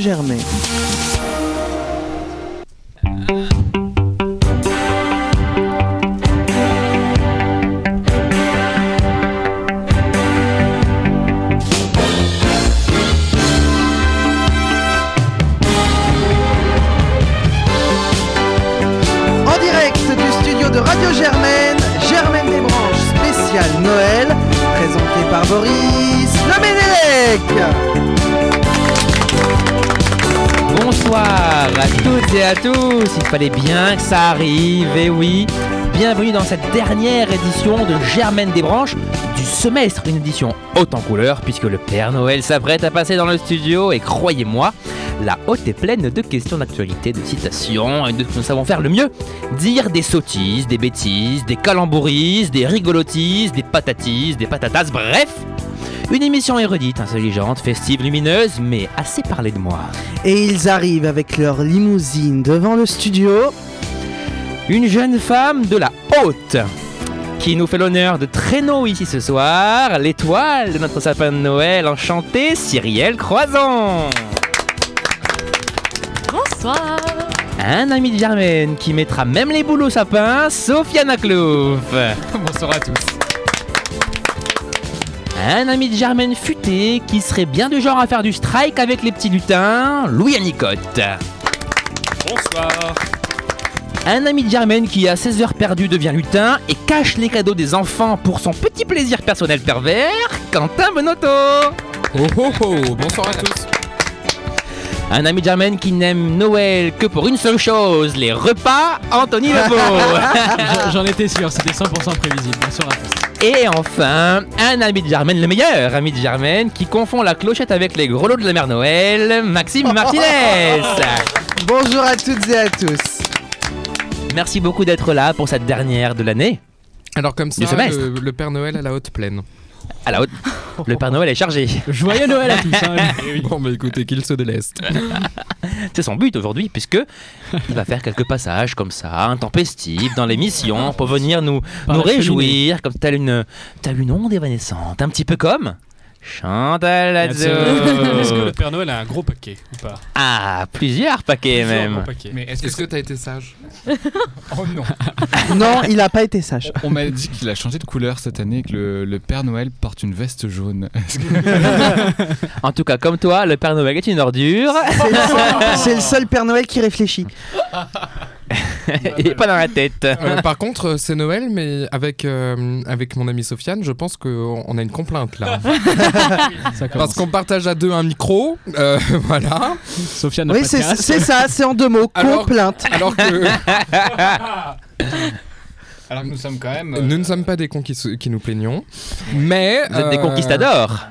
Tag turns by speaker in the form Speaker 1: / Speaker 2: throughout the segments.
Speaker 1: fermée. En direct du studio de Radio Germaine, Germaine Desbranches, spécial Noël, présenté par Boris Le Ménélec.
Speaker 2: Bonsoir à toutes et à tous. Il fallait bien que ça arrive, et oui. Bienvenue dans cette dernière édition de Germaine des Branches du semestre. Une édition haute en couleur puisque le Père Noël s'apprête à passer dans le studio et croyez-moi, la haute est pleine de questions d'actualité, de citations et de ce que nous savons faire le mieux. Dire des sottises, des bêtises, des calembourises, des rigolotises, des patatises, des patatas, bref. Une émission érudite, intelligente, festive, lumineuse, mais assez parlé de moi.
Speaker 1: Et ils arrivent avec leur limousine devant le studio.
Speaker 2: Une jeune femme de la haute qui nous fait l'honneur de traîneau ici ce soir, l'étoile de notre sapin de Noël enchanté, Cyrielle Croison.
Speaker 3: Bonsoir
Speaker 2: Un ami de Germaine qui mettra même les boules au sapin, Sofiane Clouf.
Speaker 4: Bonsoir à tous.
Speaker 2: Un ami de Germaine futé qui serait bien du genre à faire du strike avec les petits lutins, Louis Anicotte.
Speaker 4: Bonsoir.
Speaker 2: Un ami de Germaine qui, à 16 heures perdues, devient lutin et cache les cadeaux des enfants pour son petit plaisir personnel pervers, Quentin Benotto.
Speaker 4: Oh oh oh, bonsoir à tous.
Speaker 2: Un ami de Germaine qui n'aime Noël que pour une seule chose, les repas, Anthony Lebeau.
Speaker 5: J'en étais sûr, c'était 100% prévisible. Bonsoir à tous.
Speaker 2: Et enfin, un ami de Germaine, le meilleur ami de Germaine, qui confond la clochette avec les grelots de la mère Noël, Maxime Martinez.
Speaker 1: Bonjour à toutes et à tous.
Speaker 2: Merci beaucoup d'être là pour cette dernière de l'année.
Speaker 4: Alors comme ça,
Speaker 2: Du semestre.
Speaker 4: le, le Père Noël à la haute plaine.
Speaker 2: À la haute, le Père Noël est chargé.
Speaker 5: Joyeux Noël à tous. hein.
Speaker 4: Bon bah écoutez, qu'il se déleste.
Speaker 2: C'est son but aujourd'hui, puisque il va faire quelques passages comme ça, intempestifs, dans l'émission, pour venir nous,
Speaker 5: Par
Speaker 2: nous
Speaker 5: la cheminée.
Speaker 2: réjouir, comme telle une, telle une onde évanescente, un petit peu comme Chantal Ladzo.
Speaker 5: Euh, Est-ce que le Père Noël a un gros paquet ou pas
Speaker 2: Ah, plusieurs paquets
Speaker 5: Toujours un
Speaker 2: même.
Speaker 5: gros paquet.
Speaker 4: Mais est-ce que t'as été sage
Speaker 6: Oh non
Speaker 1: Non, il n'a pas été sage.
Speaker 6: On m'a dit qu'il a changé de couleur cette année et que le, le Père Noël porte une veste jaune. Est-ce que-
Speaker 2: En tout cas, comme toi, le Père Noël est une ordure.
Speaker 1: C'est le seul- C'est le seul Père Noël qui réfléchit.
Speaker 2: Il est pas dans la tête.
Speaker 4: Euh, Par contre, euh, c'est Noël, mais avec, euh, avec mon amie Sofiane, je pense qu'on on a une complainte là.
Speaker 5: Ça commence.
Speaker 4: Parce qu'on partage à deux un micro, euh, voilà.
Speaker 5: Sofiane n'a
Speaker 1: Oui,
Speaker 5: pas de
Speaker 1: c'est
Speaker 5: terrasse.
Speaker 1: c'est ça, c'est en deux mots,
Speaker 4: Alors-
Speaker 1: complainte.
Speaker 4: Alors que
Speaker 6: Alors que nous sommes quand même... euh,
Speaker 4: nous ne sommes pas des cons qui, se- qui nous plaignons, mais...
Speaker 2: Vous êtes des
Speaker 4: euh,
Speaker 2: conquistadors,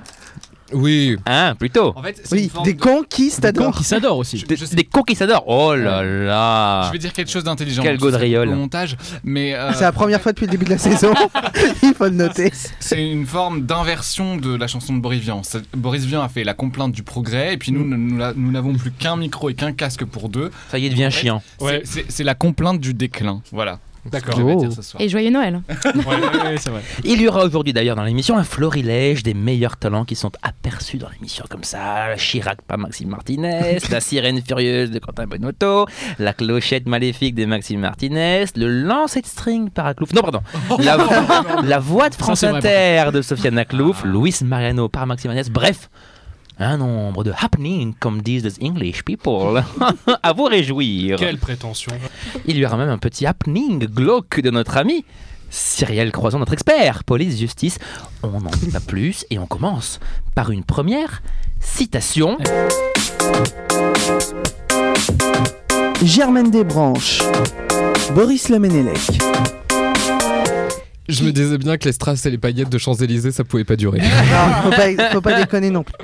Speaker 4: Oui,
Speaker 2: hein, plutôt.
Speaker 6: euh, En fait, c'est une
Speaker 1: Oui,
Speaker 6: forme
Speaker 1: des
Speaker 6: de-
Speaker 5: Con
Speaker 1: conquistadors.
Speaker 5: qui s'adore aussi.
Speaker 6: Je,
Speaker 2: Des,
Speaker 6: je sais-
Speaker 2: des conquistadors. Oh là là.
Speaker 6: je vais dire quelque chose d'intelligent.
Speaker 2: Quelle
Speaker 6: je sais,
Speaker 2: gaudriole.
Speaker 6: au montage, mais euh,
Speaker 1: C'est la première fois depuis le début de la saison. Il faut le noter.
Speaker 6: c'est une forme d'inversion de la chanson de Boris Vian. C'est- Boris Vian a fait la complainte du progrès, et puis nous, nous, nous la- nous n'avons plus qu'un micro et qu'un casque pour deux.
Speaker 2: Ça y est, devient chiant.
Speaker 5: Ouais.
Speaker 6: C'est- C'est c'est la complainte du déclin. Voilà.
Speaker 5: D'accord.
Speaker 6: Je vais
Speaker 1: Oh.
Speaker 6: dire ce soir.
Speaker 3: Et joyeux Noël
Speaker 5: Ouais, ouais, ouais, c'est vrai.
Speaker 2: Il y aura aujourd'hui d'ailleurs dans l'émission un florilège des meilleurs talents qui sont aperçus dans l'émission comme ça. Chirac par Maxime Martinez, la sirène furieuse de Quentin Bonotto, la clochette maléfique de Maxime Martinez, le lancer de string par Aklouf. Non, pardon. La, la voix de France
Speaker 5: Oh. c'est vrai, Ah.
Speaker 2: Inter de Sofiane Aklouf, Luis Mariano par Maxime Martinez. Bref. Un nombre de happenings, comme disent les English people, à vous réjouir.
Speaker 5: Quelle prétention.
Speaker 2: Il y aura même un petit happening glauque de notre ami. Cyriel Croison, notre expert, police, justice. On n'en dit pas plus et on commence par une première citation.
Speaker 1: Germaine Desbranches, Boris Le Ménélec.
Speaker 4: je me disais bien que les strass et les paillettes de Champs-Élysées, ça pouvait pas durer.
Speaker 1: Non, Ah, faut pas, faut pas déconner non plus.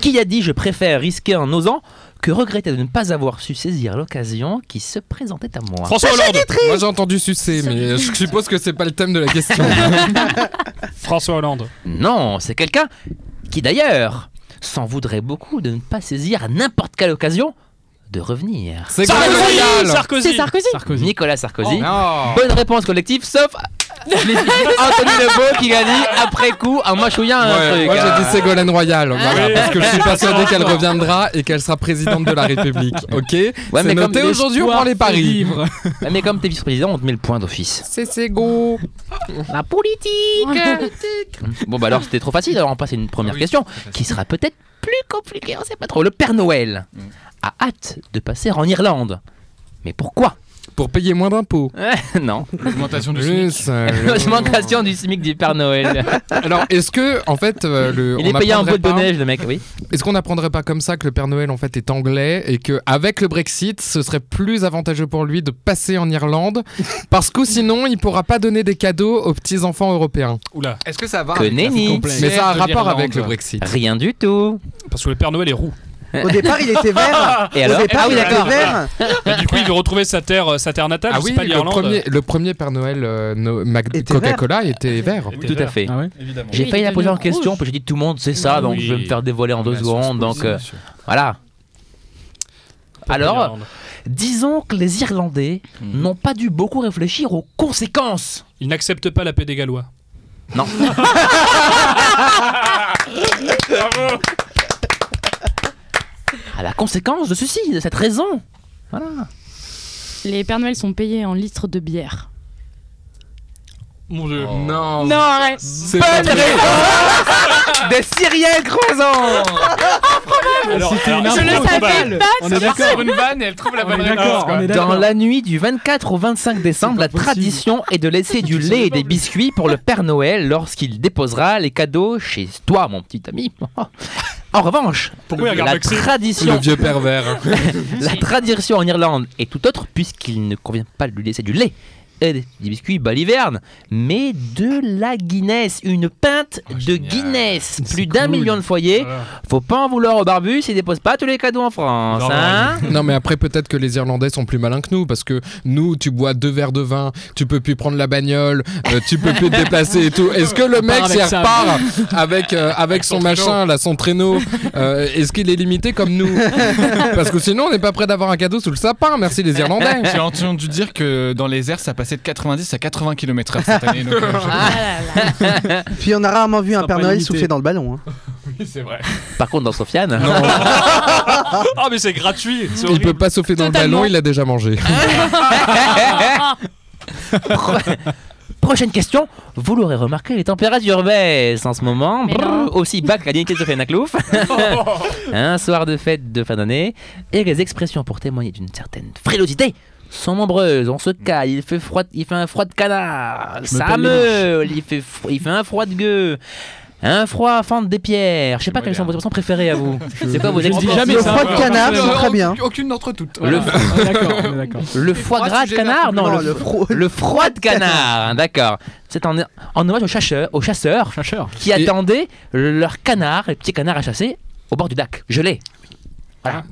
Speaker 2: Qui a dit Je préfère risquer en osant que regretter de ne pas avoir su saisir l'occasion qui se présentait à moi.
Speaker 5: François Hollande.
Speaker 4: Moi j'ai entendu sucer, mais je suppose que c'est pas le thème de la question.
Speaker 5: François Hollande.
Speaker 2: Non, c'est quelqu'un qui d'ailleurs s'en voudrait beaucoup de ne pas saisir à n'importe quelle occasion de revenir.
Speaker 4: C'est Ségolène Royal
Speaker 5: Sarkozy.
Speaker 3: C'est Sarkozy.
Speaker 5: Sarkozy.
Speaker 6: Oh,
Speaker 2: Nicolas Sarkozy.
Speaker 6: Non.
Speaker 2: Bonne réponse collective, sauf Je l'ai dit, Anthony Lebeau qui a dit après coup un machouillard un
Speaker 4: Ouais,
Speaker 2: truc.
Speaker 4: moi j'ai dit Ségolène Royal, voilà,
Speaker 2: Ah
Speaker 5: oui,
Speaker 4: parce que je suis pas
Speaker 5: d'accord,
Speaker 4: persuadé qu'elle
Speaker 5: d'accord.
Speaker 4: reviendra et qu'elle sera présidente de la République, ok
Speaker 2: Ouais, mais
Speaker 4: C'est
Speaker 2: comme
Speaker 4: noté
Speaker 2: des
Speaker 4: aujourd'hui, on prend les paris.
Speaker 2: Ouais, Ah. Mais comme t'es vice-président, on te met le point d'office.
Speaker 4: C'est Ségo
Speaker 2: La politique Bon bah alors c'était trop facile, alors on passe à une première
Speaker 6: Ah oui,
Speaker 2: question
Speaker 6: facile.
Speaker 2: qui sera peut-être plus compliquée, on sait pas trop. Le Père Noël
Speaker 6: Mm.
Speaker 2: a hâte de passer en Irlande. Mais pourquoi
Speaker 4: Pour payer moins d'impôts.
Speaker 2: Non.
Speaker 6: Augmentation oh, du
Speaker 4: Je
Speaker 6: SMIC.
Speaker 4: sais.
Speaker 2: L'augmentation du SMIC du Père Noël.
Speaker 4: Alors, est-ce que, en fait, euh, le,
Speaker 2: Il
Speaker 4: on
Speaker 2: est payé en
Speaker 4: apprendrait
Speaker 2: boîte de
Speaker 4: pas-
Speaker 2: neige le mec, oui.
Speaker 4: Est-ce qu'on n'apprendrait pas comme ça que le Père Noël en fait est anglais et que avec le Brexit, ce serait plus avantageux pour lui de passer en Irlande parce que sinon il pourra pas donner des cadeaux aux petits enfants européens.
Speaker 5: Oula.
Speaker 6: Est-ce que ça va
Speaker 4: Ah,
Speaker 2: Que
Speaker 6: avec la
Speaker 2: nenni.
Speaker 6: complète
Speaker 4: Mais ça a un
Speaker 6: de
Speaker 4: rapport
Speaker 6: l'Irlande
Speaker 4: avec le Brexit.
Speaker 2: Rien du tout.
Speaker 5: Parce que le Père Noël est roux.
Speaker 1: Au départ, il était vert.
Speaker 2: Et
Speaker 1: Au
Speaker 2: alors
Speaker 1: départ,
Speaker 2: Ah oui
Speaker 1: il était
Speaker 2: d'accord.
Speaker 1: vert.
Speaker 5: Et du coup, il veut retrouver sa terre, euh, sa terre natale.
Speaker 4: Ah
Speaker 5: c'est
Speaker 4: oui,
Speaker 5: pas
Speaker 4: le
Speaker 5: l'Irlande.
Speaker 4: premier, le premier Père Noël euh, no- Mac-
Speaker 1: Était
Speaker 4: Coca-Cola était vert.
Speaker 5: Oui.
Speaker 2: Tout à fait.
Speaker 5: Ah ouais
Speaker 6: Évidemment.
Speaker 2: J'ai
Speaker 3: Oui,
Speaker 2: failli la
Speaker 3: de
Speaker 2: poser en
Speaker 3: rouge.
Speaker 2: question, puis j'ai dit tout le monde sait ça, donc
Speaker 5: Oui.
Speaker 2: je vais me faire dévoiler
Speaker 6: Bah,
Speaker 2: en deux secondes. Donc euh, voilà.
Speaker 5: Pas
Speaker 2: Alors,
Speaker 5: l'Irlande.
Speaker 2: disons que les Irlandais
Speaker 6: Mhm.
Speaker 2: n'ont pas dû beaucoup réfléchir aux conséquences.
Speaker 5: il n'accepte pas la paix des Gallois.
Speaker 2: Non. à la conséquence de ceci, de cette raison. Voilà.
Speaker 3: Les Pères Noël sont payés en litres de bière.
Speaker 5: Mon
Speaker 6: Oh.
Speaker 5: dieu.
Speaker 4: Non.
Speaker 3: Non, arrête
Speaker 4: C'est pas vrai.
Speaker 2: Des Syriens creusant
Speaker 5: Alors, alors,
Speaker 3: Je le savais pas
Speaker 5: On est d'accord.
Speaker 6: une vanne et elle trouve la
Speaker 5: On est
Speaker 6: bonne réponse.
Speaker 5: d'accord. on est
Speaker 2: Dans
Speaker 5: d'accord.
Speaker 2: la nuit du 24 au 25 décembre, la tradition est de laisser du lait et des biscuits pour le Père Noël lorsqu'il déposera les cadeaux chez toi, mon petit ami. En revanche,
Speaker 5: Pourquoi il regarde
Speaker 2: la
Speaker 5: le Xé
Speaker 4: Le
Speaker 2: tradition,
Speaker 4: vieux pervers.
Speaker 2: la tradition en Irlande est tout autre puisqu'il ne convient pas de lui laisser du lait et des biscuits baliverne, mais de la Guinness, une pinte
Speaker 6: Oh,
Speaker 2: de
Speaker 6: génial.
Speaker 2: Guinness.
Speaker 5: C'est
Speaker 2: Plus d'un
Speaker 5: cool.
Speaker 2: million de foyers,
Speaker 5: Voilà.
Speaker 2: faut pas en vouloir au barbu s'il dépose pas tous les cadeaux en France.
Speaker 5: Non, non,
Speaker 2: hein
Speaker 4: non mais après peut-être que les Irlandais sont plus malins que nous parce que nous tu bois deux verres de vin, tu peux plus prendre la bagnole, euh, tu peux plus te déplacer et tout. Est-ce que le mec
Speaker 5: part
Speaker 4: s'il
Speaker 5: avec ça.
Speaker 4: repart avec euh, avec son, machin là, son traîneau, euh, est-ce qu'il est limité comme nous Parce que sinon on n'est pas prêt d'avoir un cadeau sous le sapin. Merci les Irlandais.
Speaker 6: J'ai entendu dire que dans les airs, ça passait de 90 à 80 km/h cette année. donc, euh, je-
Speaker 3: Ah là là.
Speaker 1: Puis on a rarement vu un
Speaker 5: Ça
Speaker 1: Père
Speaker 5: pas
Speaker 1: Noël
Speaker 5: limité.
Speaker 1: souffler dans le ballon. hein.
Speaker 2: Par contre, dans Sofiane.
Speaker 5: Ah mais c'est gratuit. c'est
Speaker 4: Il
Speaker 5: horrible.
Speaker 4: peut pas sauter dans le
Speaker 3: Totalement.
Speaker 4: ballon, il a déjà mangé.
Speaker 2: Pro- Prochaine question, vous l'aurez remarqué, les températures baissent en ce moment,
Speaker 3: Mais
Speaker 2: Brrr,
Speaker 3: non.
Speaker 2: aussi bas que la dignité de Sophie Naclouf. Un soir de fête de fin d'année, et les expressions pour témoigner d'une certaine frilosité sont nombreuses. On se caille, il fait froid, il fait un froid de canard, ça
Speaker 5: pèle les
Speaker 2: meule, il fait, fro- il fait un froid de gueux. Un froid à fente des pierres. Je sais pas quelles sont vos expressions préférées à vous. C'est quoi vos
Speaker 5: je ne dis
Speaker 2: expressions
Speaker 5: jamais
Speaker 1: Le
Speaker 5: ça,
Speaker 1: froid de
Speaker 5: ouais.
Speaker 1: canard, c'est très bien.
Speaker 6: Aucune d'entre toutes.
Speaker 5: Voilà. On est d'accord, on est d'accord.
Speaker 2: Le foie
Speaker 6: froid,
Speaker 2: gras de
Speaker 6: sujet d'un
Speaker 2: canard Non,
Speaker 1: Non,
Speaker 2: le
Speaker 1: le froid.
Speaker 2: Le froid de canard, hein, d'accord. C'est en, en hommage aux chasseurs, aux chasseurs
Speaker 5: Chercheur.
Speaker 2: qui attendaient leur canard, les petits canards à chasser, au bord du lac. Je l'ai.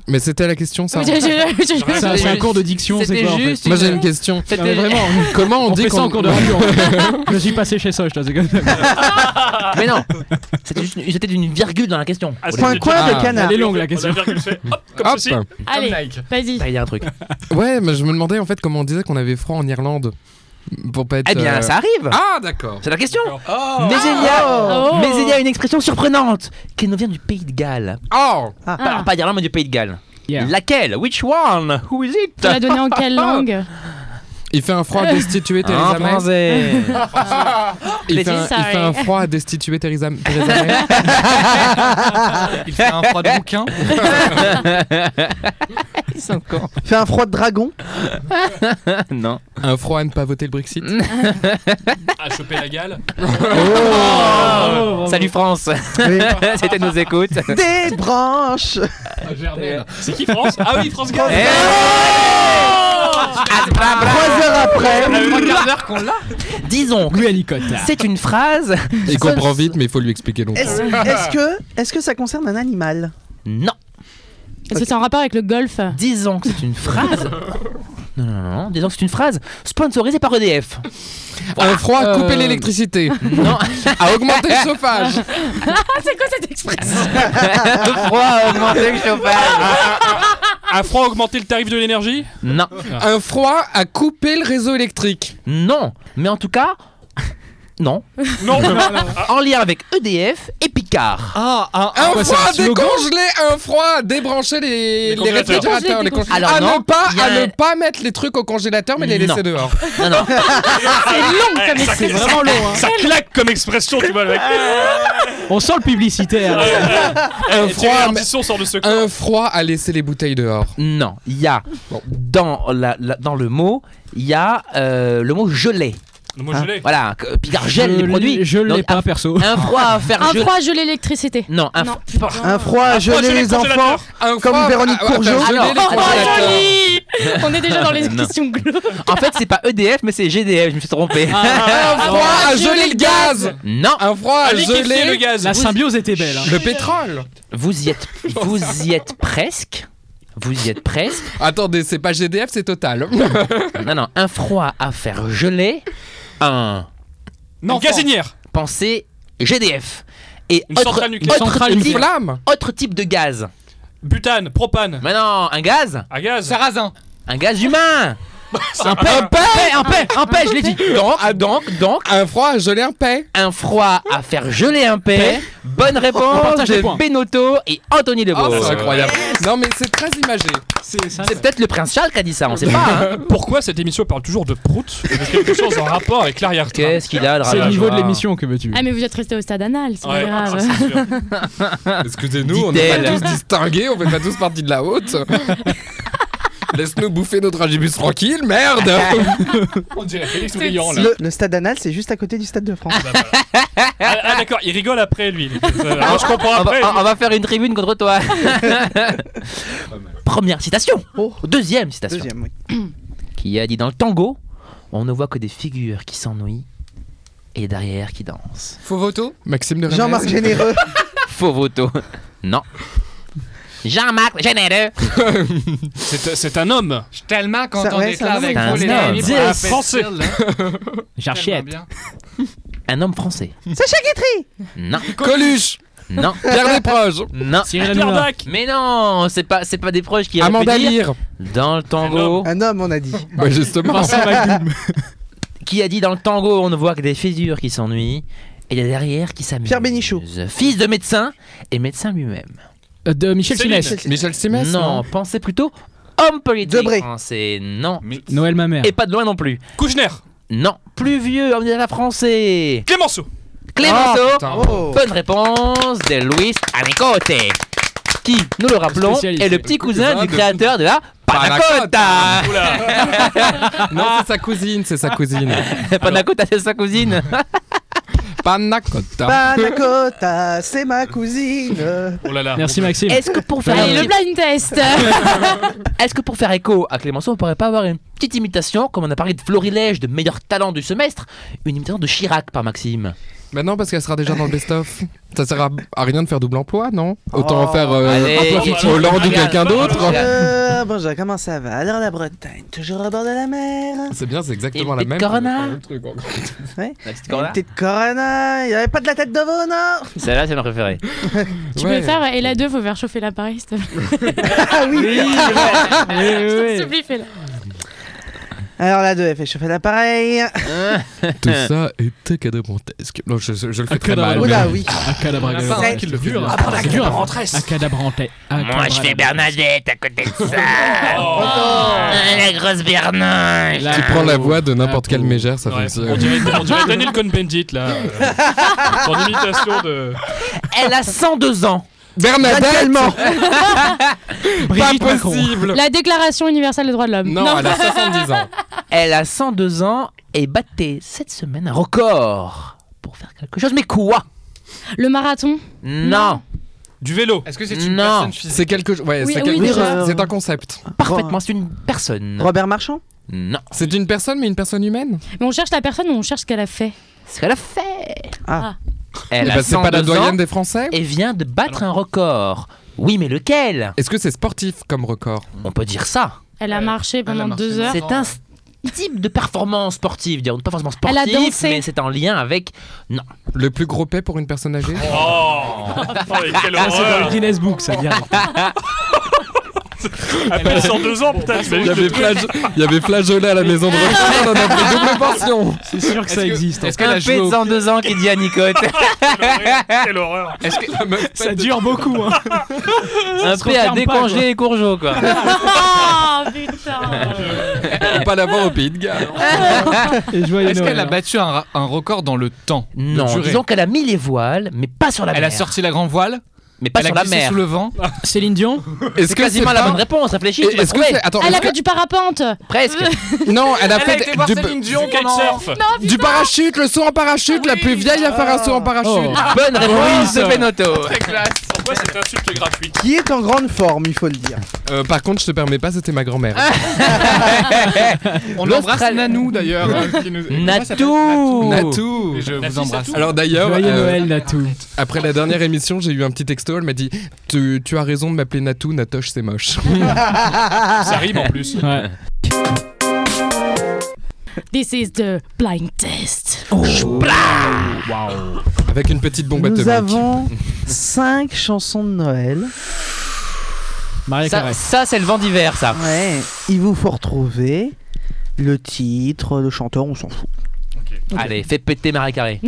Speaker 4: Mais c'était la question ça.
Speaker 3: Je- je- je- je-
Speaker 5: C'est un- c'est un cours de diction, c'est
Speaker 2: C'était
Speaker 5: quoi en fait
Speaker 2: juste
Speaker 4: Moi
Speaker 2: une-
Speaker 4: j'ai une question.
Speaker 5: Non, mais
Speaker 2: C'était
Speaker 5: vraiment,
Speaker 4: Comment on,
Speaker 5: on,
Speaker 4: dit
Speaker 5: fait ça
Speaker 4: qu'on-
Speaker 5: en cours de radio. en fait. Je suis passé chez Soch, là, c'est comme ça.
Speaker 2: Mais non, c'était juste une... c'était une virgule dans la question.
Speaker 5: Ah, c'est-
Speaker 2: Oh,
Speaker 1: Point coin
Speaker 4: Ah,
Speaker 1: de canard.
Speaker 5: Elle est longue la question.
Speaker 4: Hop.
Speaker 3: Allez,
Speaker 6: Nike.
Speaker 3: vas-y.
Speaker 2: là, Ah, Il y a un truc.
Speaker 4: Ouais, mais je me demandais en fait comment on disait qu'on avait froid en Irlande pour pas être.
Speaker 2: Eh bien,
Speaker 4: euh,
Speaker 2: ça arrive.
Speaker 4: Ah d'accord.
Speaker 2: C'est la question.
Speaker 6: Oh
Speaker 2: Mais il y a,
Speaker 3: Oh.
Speaker 2: mais il y a une expression surprenante qui nous vient du Pays de Galles.
Speaker 4: Oh.
Speaker 3: Ah.
Speaker 2: Pas, pas d'Irlande, mais du Pays de Galles.
Speaker 5: Yeah.
Speaker 2: Laquelle Which one Who is it
Speaker 3: Tu l'as donné en quelle langue
Speaker 4: Il fait un froid à destituer
Speaker 2: En
Speaker 4: Theresa May.
Speaker 2: français.
Speaker 4: Il
Speaker 2: Les
Speaker 4: fait, un,
Speaker 3: Sorry.
Speaker 4: il fait un froid à destituer Theresa, Theresa May.
Speaker 6: Il fait un froid de bouquin.
Speaker 2: Ils sont cons.
Speaker 1: Fais un froid de dragon.
Speaker 2: Non.
Speaker 4: un froid à ne pas voter le Brexit.
Speaker 5: À choper la gale. Ah,
Speaker 6: Oh.
Speaker 5: oh,
Speaker 2: Salut France.
Speaker 1: Oui.
Speaker 2: C'était nos écoutes.
Speaker 1: Des branches.
Speaker 5: C'est qui France Ah oui, France
Speaker 2: Eh
Speaker 5: Gall. Ah,
Speaker 1: Trois heures après.
Speaker 6: Trois quarts d'heure qu'on l'a.
Speaker 2: Disons,
Speaker 5: Lui à Nicotte.
Speaker 2: c'est une phrase.
Speaker 4: Il comprend vite, mais il faut lui expliquer longtemps.
Speaker 1: Est-ce est-ce que, est que ça concerne un animal
Speaker 2: Non.
Speaker 3: Est-ce que c'est en rapport avec le golf
Speaker 2: Disons que c'est une phrase. Non, non, non. Disons que c'est une phrase sponsorisée par E EDF.
Speaker 4: Un froid à couper
Speaker 2: Euh.
Speaker 4: l'électricité,
Speaker 2: Non.
Speaker 4: à augmenter le chauffage.
Speaker 3: Ah, c'est quoi cette expression
Speaker 2: Le froid a augmenté le chauffage.
Speaker 5: À froid augmenter le tarif de l'énergie
Speaker 2: Non.
Speaker 4: Un froid à couper le réseau électrique.
Speaker 2: Non. Mais en tout cas, Non.
Speaker 5: Non, non, non.
Speaker 2: En lien avec EDF et Picard.
Speaker 4: Ah, un,
Speaker 2: un- quoi, c'est un
Speaker 4: froid,
Speaker 2: slogan
Speaker 4: décongeler, un froid, débrancher les,
Speaker 5: Les
Speaker 4: les réfrigérateurs,
Speaker 3: congélateurs.
Speaker 4: les congélateurs.
Speaker 2: Alors
Speaker 4: à
Speaker 2: non,
Speaker 4: ne pas,
Speaker 2: il y a
Speaker 4: à
Speaker 2: un-
Speaker 4: ne pas mettre les trucs au congélateur, mais les
Speaker 2: Non.
Speaker 4: laisser dehors.
Speaker 2: Non, non.
Speaker 3: C'est long comme
Speaker 5: ça-
Speaker 3: Ah, c'est
Speaker 5: ça-
Speaker 3: vraiment long. hein.
Speaker 5: Ça claque comme expression, tu vois, le mec. oh.
Speaker 7: On sent le publicitaire.
Speaker 5: Un
Speaker 4: froid, mais-
Speaker 5: sort de ce corps.
Speaker 4: Un froid à laisser les bouteilles dehors.
Speaker 2: Non, il y a
Speaker 4: Bon.
Speaker 2: dans, la- la- dans le mot, il y a euh, le mot gelé.
Speaker 5: Le mot
Speaker 2: Hein,
Speaker 5: gelé.
Speaker 2: Voilà, que Picard gèle
Speaker 7: Je
Speaker 2: les
Speaker 7: l'ai-
Speaker 2: produits.
Speaker 7: Je l'ai
Speaker 2: Donc, ah,
Speaker 7: pas, perso.
Speaker 2: un- Un froid à faire
Speaker 3: Un
Speaker 2: geler-
Speaker 3: froid gelé l'électricité.
Speaker 2: Non, un
Speaker 3: Non,
Speaker 2: froid.
Speaker 3: putain.
Speaker 1: Un froid,
Speaker 5: froid,
Speaker 1: geler
Speaker 5: geler
Speaker 1: les
Speaker 5: le congélateur.
Speaker 1: enfants. Comme Véronique Courgeot.
Speaker 2: Alors,
Speaker 3: Oh,
Speaker 2: Congélateur.
Speaker 3: joli On est déjà dans les
Speaker 2: Non.
Speaker 3: questions glauques.
Speaker 2: En fait, c'est pas EDF, mais c'est GDF, je me suis trompé.
Speaker 7: Ah.
Speaker 4: Un froid à geler le gaz.
Speaker 2: Non,
Speaker 4: Un froid à
Speaker 5: Ah, liquéfier le
Speaker 4: geler
Speaker 5: gaz.
Speaker 7: La symbiose était belle. hein.
Speaker 4: le pétrole.
Speaker 2: vous y êtes, vous y êtes presque. Vous y êtes presque.
Speaker 4: Attendez, c'est pas GDF, c'est Total.
Speaker 2: Non, non, un froid à faire geler. Un.
Speaker 5: Une gazinière.
Speaker 2: Pensez GDF. Et
Speaker 5: Une
Speaker 2: autre,
Speaker 5: centrale nucléaire.
Speaker 2: autre
Speaker 7: Centrale
Speaker 2: type-
Speaker 4: Une flamme.
Speaker 2: autre type de gaz.
Speaker 5: Butane, propane,
Speaker 2: Maintenant, un gaz
Speaker 5: à gaz.
Speaker 6: Sarrasin.
Speaker 2: Un gaz humain
Speaker 5: un
Speaker 2: Un paix, un paix, un paix, un paix, je l'ai dit Donc, donc, donc,
Speaker 4: Un froid à geler un paix.
Speaker 2: un froid à faire geler un paix. Bonne réponse
Speaker 7: partage les
Speaker 2: de
Speaker 7: points.
Speaker 2: Benotto et Anthony
Speaker 4: Oh,
Speaker 2: Lebeau.
Speaker 4: c'est incroyable. Non, mais c'est très imagé.
Speaker 7: C'est ça.
Speaker 2: c'est peut-être le prince Charles qui a dit ça, on sait pas. hein.
Speaker 5: Pourquoi cette émission parle toujours de prout et de quelque chose en rapport avec l'arrière-train
Speaker 2: Qu'est-ce qu'il a, le
Speaker 7: C'est le
Speaker 2: rabat
Speaker 7: niveau de
Speaker 2: Ah, joie.
Speaker 7: l'émission que veux-tu.
Speaker 3: Ah mais vous êtes resté au stade anal, c'est pas
Speaker 5: Ouais, ça,
Speaker 3: grave.
Speaker 5: ah, c'est sûr.
Speaker 4: Excusez-nous, on n'est pas
Speaker 2: Dit-elle.
Speaker 4: tous distingués, on fait pas tous partie de la haute. Laisse-nous bouffer notre agibus tranquille, merde
Speaker 5: On dirait Félix Brillant là.
Speaker 1: Le, le stade anal, c'est juste à côté du stade de France.
Speaker 5: bah, Ah, ah, d'accord, il rigole après lui. Euh, Alors, Ah, je comprends
Speaker 2: on, va,
Speaker 5: après.
Speaker 2: on va faire une tribune contre toi. Première citation.
Speaker 1: Oh.
Speaker 2: Deuxième citation.
Speaker 1: Deuxième, oui.
Speaker 2: Qui a dit dans le tango, on ne voit que des figures qui s'ennuient et derrière qui dansent.
Speaker 6: Faux voto
Speaker 4: Maxime de
Speaker 1: Jean-Marc
Speaker 4: Généreux.
Speaker 1: Généreux.
Speaker 2: Faux voto. Non. Jean-Marc Généreux.
Speaker 5: C'est c'est un homme.
Speaker 6: Tellement
Speaker 1: Ça- ouais, ça va,
Speaker 2: ça va.
Speaker 6: lèvres,
Speaker 2: Un
Speaker 6: pour la
Speaker 5: homme.
Speaker 6: fête
Speaker 5: Français.
Speaker 6: seule, hein.
Speaker 7: J'achète.
Speaker 6: Tellement bien.
Speaker 2: Ah, Un homme français.
Speaker 1: Sacha Guitry
Speaker 2: Non.
Speaker 4: Coluche
Speaker 2: Non.
Speaker 4: Pierre Desproges
Speaker 2: Non.
Speaker 7: Cyril
Speaker 5: Pierre
Speaker 7: Hanouna.
Speaker 5: Dac.
Speaker 2: Mais non, c'est pas, c'est pas des proches qui auraient pu
Speaker 4: Amanda
Speaker 2: dire.
Speaker 4: Lear
Speaker 2: Dans le tango.
Speaker 1: Un homme, on a dit.
Speaker 4: Bah justement
Speaker 7: Vincent Macdoum.
Speaker 2: Qui a dit dans le tango, on ne voit que des figures qui s'ennuient et derrière qui s'amusent.
Speaker 1: Pierre Bénichou.
Speaker 2: Fils de médecin et médecin lui-même.
Speaker 7: Euh, De Michel
Speaker 5: Céline.
Speaker 7: Simès.
Speaker 4: Michel Simès
Speaker 2: Non, pensez plutôt homme politique
Speaker 1: Debré.
Speaker 2: français. Non.
Speaker 6: Mais
Speaker 7: Noël ma mère.
Speaker 2: Et pas de loin non plus.
Speaker 5: Kouchner,
Speaker 2: Non, plus vieux, homme d'État français.
Speaker 5: Clémenceau.
Speaker 2: Clémenceau.
Speaker 4: putain.
Speaker 1: Oh.
Speaker 2: Bonne réponse de Luis Amicote. Qui, nous le rappelons,
Speaker 7: Spécialiste.
Speaker 2: est le petit cousin
Speaker 4: cousin
Speaker 2: du
Speaker 4: de-
Speaker 2: créateur de la Panacota.
Speaker 5: Oula.
Speaker 4: Non, c'est sa cousine, c'est sa cousine.
Speaker 2: Panacota, c'est sa cousine.
Speaker 4: Panna Cotta.
Speaker 1: Panacota, c'est ma cousine.
Speaker 5: Oh là là.
Speaker 7: Merci
Speaker 5: Bon,
Speaker 7: Maxime.
Speaker 2: Est-ce que pour faire
Speaker 3: Allez, le blind test
Speaker 2: Est-ce que pour faire écho à Clémenceau, on pourrait pas avoir une petite imitation, comme on a parlé de florilège, de meilleur talent du semestre, une imitation de Chirac par Maxime
Speaker 4: Bah non, parce qu'elle sera déjà dans le best-of. Ça sert à, à rien de faire double emploi, non Autant en faire euh,
Speaker 2: Allez,
Speaker 4: un
Speaker 5: Gigi.
Speaker 4: peu Hollande ou quelqu'un d'autre.
Speaker 1: Euh, bonjour, comment ça va Alors la Bretagne, toujours au bord de la mer.
Speaker 4: C'est bien, c'est exactement
Speaker 2: Et
Speaker 4: la
Speaker 2: petite
Speaker 4: même.
Speaker 2: Corona.
Speaker 4: le truc, en gros.
Speaker 2: La petite
Speaker 1: Une
Speaker 2: corona.
Speaker 1: petite corona, il n'y avait pas de la tête de veau, non
Speaker 2: Celle-là, c'est ma préférée.
Speaker 3: Tu
Speaker 4: Ouais.
Speaker 3: peux faire et la 2, faut faire chauffer l'appareil, s'il te plaît.
Speaker 1: Ah oui
Speaker 3: Je te supplie, fais-la.
Speaker 1: Alors la 2, elle fait chauffer l'appareil.
Speaker 4: Tout ça était cadabrantesque. Non, je, je- je le fais très mal.
Speaker 7: cadabra-
Speaker 4: mais-
Speaker 1: Oula, oui.
Speaker 7: Un cadabra
Speaker 6: Il y en a
Speaker 7: galore.
Speaker 6: pas un
Speaker 7: C'est
Speaker 6: qui le fait
Speaker 7: dur,
Speaker 6: bien.
Speaker 7: hein. C'est dur. hein. Un cadabra en tête. Un
Speaker 2: Moi,
Speaker 7: cadabra
Speaker 2: je fais
Speaker 7: galore.
Speaker 2: Bernadette à côté de ça.
Speaker 5: Oh.
Speaker 2: Ah, la grosse Bernadette.
Speaker 7: Là,
Speaker 4: Tu prends la voix de
Speaker 7: Ah,
Speaker 4: n'importe quelle
Speaker 7: pour-
Speaker 4: mégère, ça
Speaker 5: ouais,
Speaker 4: fait.
Speaker 5: on, dirait, on dirait Daniel Cohn-Bendit là. euh, Son imitation de.
Speaker 2: Elle a 102 ans.
Speaker 4: Bernadette Pas
Speaker 7: Brigitte Macron.
Speaker 4: possible
Speaker 3: La Déclaration universelle des droits de l'homme.
Speaker 4: Non, elle a 70 ans.
Speaker 2: Elle a 102 ans et battait cette semaine un record pour faire quelque chose. Mais quoi
Speaker 3: Le marathon
Speaker 2: Non.
Speaker 5: Du vélo.
Speaker 6: Est-ce que c'est une
Speaker 2: Non.
Speaker 6: personne physique
Speaker 4: C'est quelque chose. Ouais,
Speaker 3: Oui,
Speaker 4: c'est
Speaker 3: oui,
Speaker 4: quelque
Speaker 3: déjà.
Speaker 4: chose. C'est un concept.
Speaker 2: Parfaitement, c'est une personne.
Speaker 1: Robert Marchand
Speaker 2: Non.
Speaker 4: C'est une personne, mais une personne humaine
Speaker 3: Mais on cherche la personne ou on cherche ce qu'elle a fait
Speaker 2: Ce qu'elle a fait.
Speaker 1: Ah.
Speaker 2: Elle
Speaker 4: Eh
Speaker 2: a
Speaker 4: ben, C'est pas la
Speaker 2: 102 ans
Speaker 4: doyenne des Français
Speaker 2: et vient de battre un record. Oui, mais lequel
Speaker 4: Est-ce que c'est sportif comme record
Speaker 2: On peut dire ça.
Speaker 3: Elle a
Speaker 6: Ouais.
Speaker 3: marché
Speaker 6: Elle
Speaker 3: pendant
Speaker 6: a marché.
Speaker 3: deux heures.
Speaker 2: C'est un s- type de performance sportive, dire pas forcément sportive,
Speaker 3: Elle a dansé.
Speaker 2: mais c'est en lien avec
Speaker 4: Le plus gros paix pour une personne âgée
Speaker 5: Oh, Oh, mais quelle
Speaker 7: Ah, c'est dans le
Speaker 5: horreur.
Speaker 7: Guinness Book, ça direct.
Speaker 5: Appelle 102 ans, putain,
Speaker 4: Il y
Speaker 5: t'imagines
Speaker 4: avait, flage... il y avait flageolet à la maison de retraite, on en a pris double portion.
Speaker 7: C'est sûr que
Speaker 6: Est-ce
Speaker 7: ça
Speaker 6: que-
Speaker 7: existe. hein.
Speaker 6: Est-ce qu'elle
Speaker 2: Un
Speaker 6: a joué
Speaker 2: P
Speaker 6: au-
Speaker 2: de 102 ans qui dit à Nicotte.
Speaker 5: Quelle horreur.
Speaker 6: Est-ce que-
Speaker 7: Ça dure beaucoup. hein.
Speaker 2: Un
Speaker 7: se
Speaker 2: P à
Speaker 7: referme pas,
Speaker 2: décongeler les courgeaux, quoi.
Speaker 3: Oh putain
Speaker 4: Faut pas l'avoir au pays de Galles.
Speaker 7: Et joyeux
Speaker 6: est-ce qu'elle
Speaker 7: Noël,
Speaker 6: a
Speaker 7: hein.
Speaker 6: battu un, ra- un record dans le temps de
Speaker 2: Non,
Speaker 6: durée
Speaker 2: disons qu'elle a mis les voiles, mais pas sur la
Speaker 6: Elle
Speaker 2: mer.
Speaker 6: a sorti la grand voile,
Speaker 2: Mais pas
Speaker 6: elle
Speaker 2: sur
Speaker 6: a
Speaker 2: la
Speaker 6: glissé
Speaker 2: mer.
Speaker 6: sous le vent.
Speaker 7: Céline Dion
Speaker 4: Est-ce
Speaker 2: C'est quasiment la
Speaker 4: pas-
Speaker 2: bonne réponse, réfléchis,
Speaker 4: Et-
Speaker 2: tu vas
Speaker 4: Est-ce que
Speaker 2: trouver.
Speaker 4: c'est. Attends,
Speaker 3: Elle
Speaker 4: est-ce
Speaker 3: a fait du parapente
Speaker 2: Presque.
Speaker 4: Non, elle a fait
Speaker 6: été voir
Speaker 4: du,
Speaker 6: Céline Dion
Speaker 5: Quel surf
Speaker 4: du parachute, le saut en parachute, la plus vieille à faire un saut en parachute.
Speaker 7: Oh.
Speaker 2: Bonne réponse
Speaker 7: Oui,
Speaker 2: de Benotto.
Speaker 5: Pourquoi cette insulte gratuite
Speaker 1: Qui est en grande forme, il faut le dire.
Speaker 4: Euh, par contre, je te permets pas, c'était ma grand-mère.
Speaker 6: On
Speaker 2: L'Austral-
Speaker 6: embrasse Nanou d'ailleurs. euh, qui nous- Comment ça s'appelle
Speaker 2: Natou
Speaker 4: Natou
Speaker 6: Et Je vous embrasse.
Speaker 4: Alors d'ailleurs,
Speaker 7: Joyeux
Speaker 4: euh,
Speaker 7: Noël, Natou.
Speaker 4: après la dernière émission, j'ai eu un petit texto, elle m'a dit tu, tu as raison de m'appeler Natou, Natoche c'est moche.
Speaker 5: Ça rime en plus.
Speaker 7: Ouais.
Speaker 3: This is the blind test.
Speaker 4: Avec une petite bombe
Speaker 1: Nous
Speaker 4: atomique.
Speaker 1: avons 5 chansons de Noël.
Speaker 7: Maria
Speaker 2: Ça,
Speaker 7: Carré.
Speaker 2: ça, c'est le vent d'hiver, ça.
Speaker 1: Ouais. Il vous faut retrouver le titre, le chanteur, on s'en fout.
Speaker 2: Allez, fais péter Marie Carré.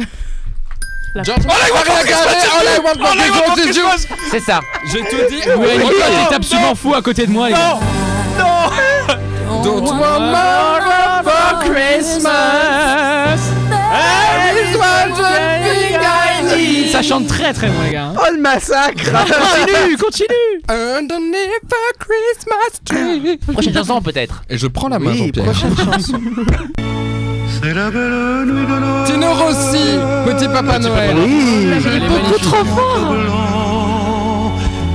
Speaker 4: George- All I want for Christmas is- all I want for Christmas is you.
Speaker 2: C'est ça.
Speaker 4: J'ai tout dit.
Speaker 7: Ouais,
Speaker 4: Oh,
Speaker 7: il est
Speaker 4: non,
Speaker 7: absolument fou à côté de moi. les gars.
Speaker 4: Don't want more for Christmas. There is one thing I need.
Speaker 7: Ça chante très très bon, les gars. hein.
Speaker 1: Oh le massacre
Speaker 7: Continue, continue.
Speaker 4: Underneath a Christmas tree.
Speaker 2: Prochaine chanson, peut-être.
Speaker 4: Et je prends la main,
Speaker 1: Oui,
Speaker 4: Jean-Pierre.
Speaker 1: prochaine chanson.
Speaker 4: Tino Rossi, petit papa Noël.
Speaker 1: Oui
Speaker 7: Elle est magnifique.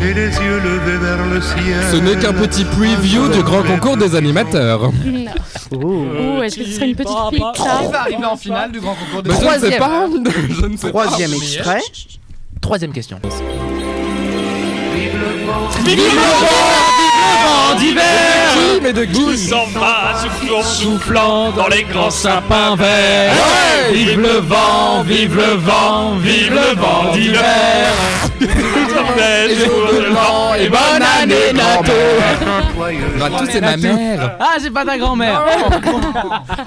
Speaker 8: et les yeux levés vers le ciel.
Speaker 4: Ce n'est qu'un petit preview du grand concours des animateurs.
Speaker 3: Non.
Speaker 1: Oh.
Speaker 5: Euh,
Speaker 3: Ouh, est-ce que ce serait une petite
Speaker 5: qui-
Speaker 3: clique ça
Speaker 6: Qui va arriver en finale du grand concours des
Speaker 4: Bah, je ne sais
Speaker 2: Troisième.
Speaker 4: pas. Je ne sais pas.
Speaker 1: Troisième extrait.
Speaker 2: Troisième question.
Speaker 4: Qui, mais de
Speaker 5: Tout
Speaker 4: qui
Speaker 5: s'en va, soufflant,
Speaker 7: Soufflant
Speaker 5: dans les grands sapins
Speaker 7: verts.
Speaker 4: Ouais
Speaker 7: Vive le vent, vive le vent,
Speaker 5: vive le vent d'hiver.
Speaker 4: Et
Speaker 5: des
Speaker 4: je
Speaker 5: jours
Speaker 4: vous
Speaker 5: de l'an.
Speaker 4: demande- et bonne année Nato Nato Oh, bah, c'est ma mère
Speaker 7: Ah, j'ai pas ta grand-mère.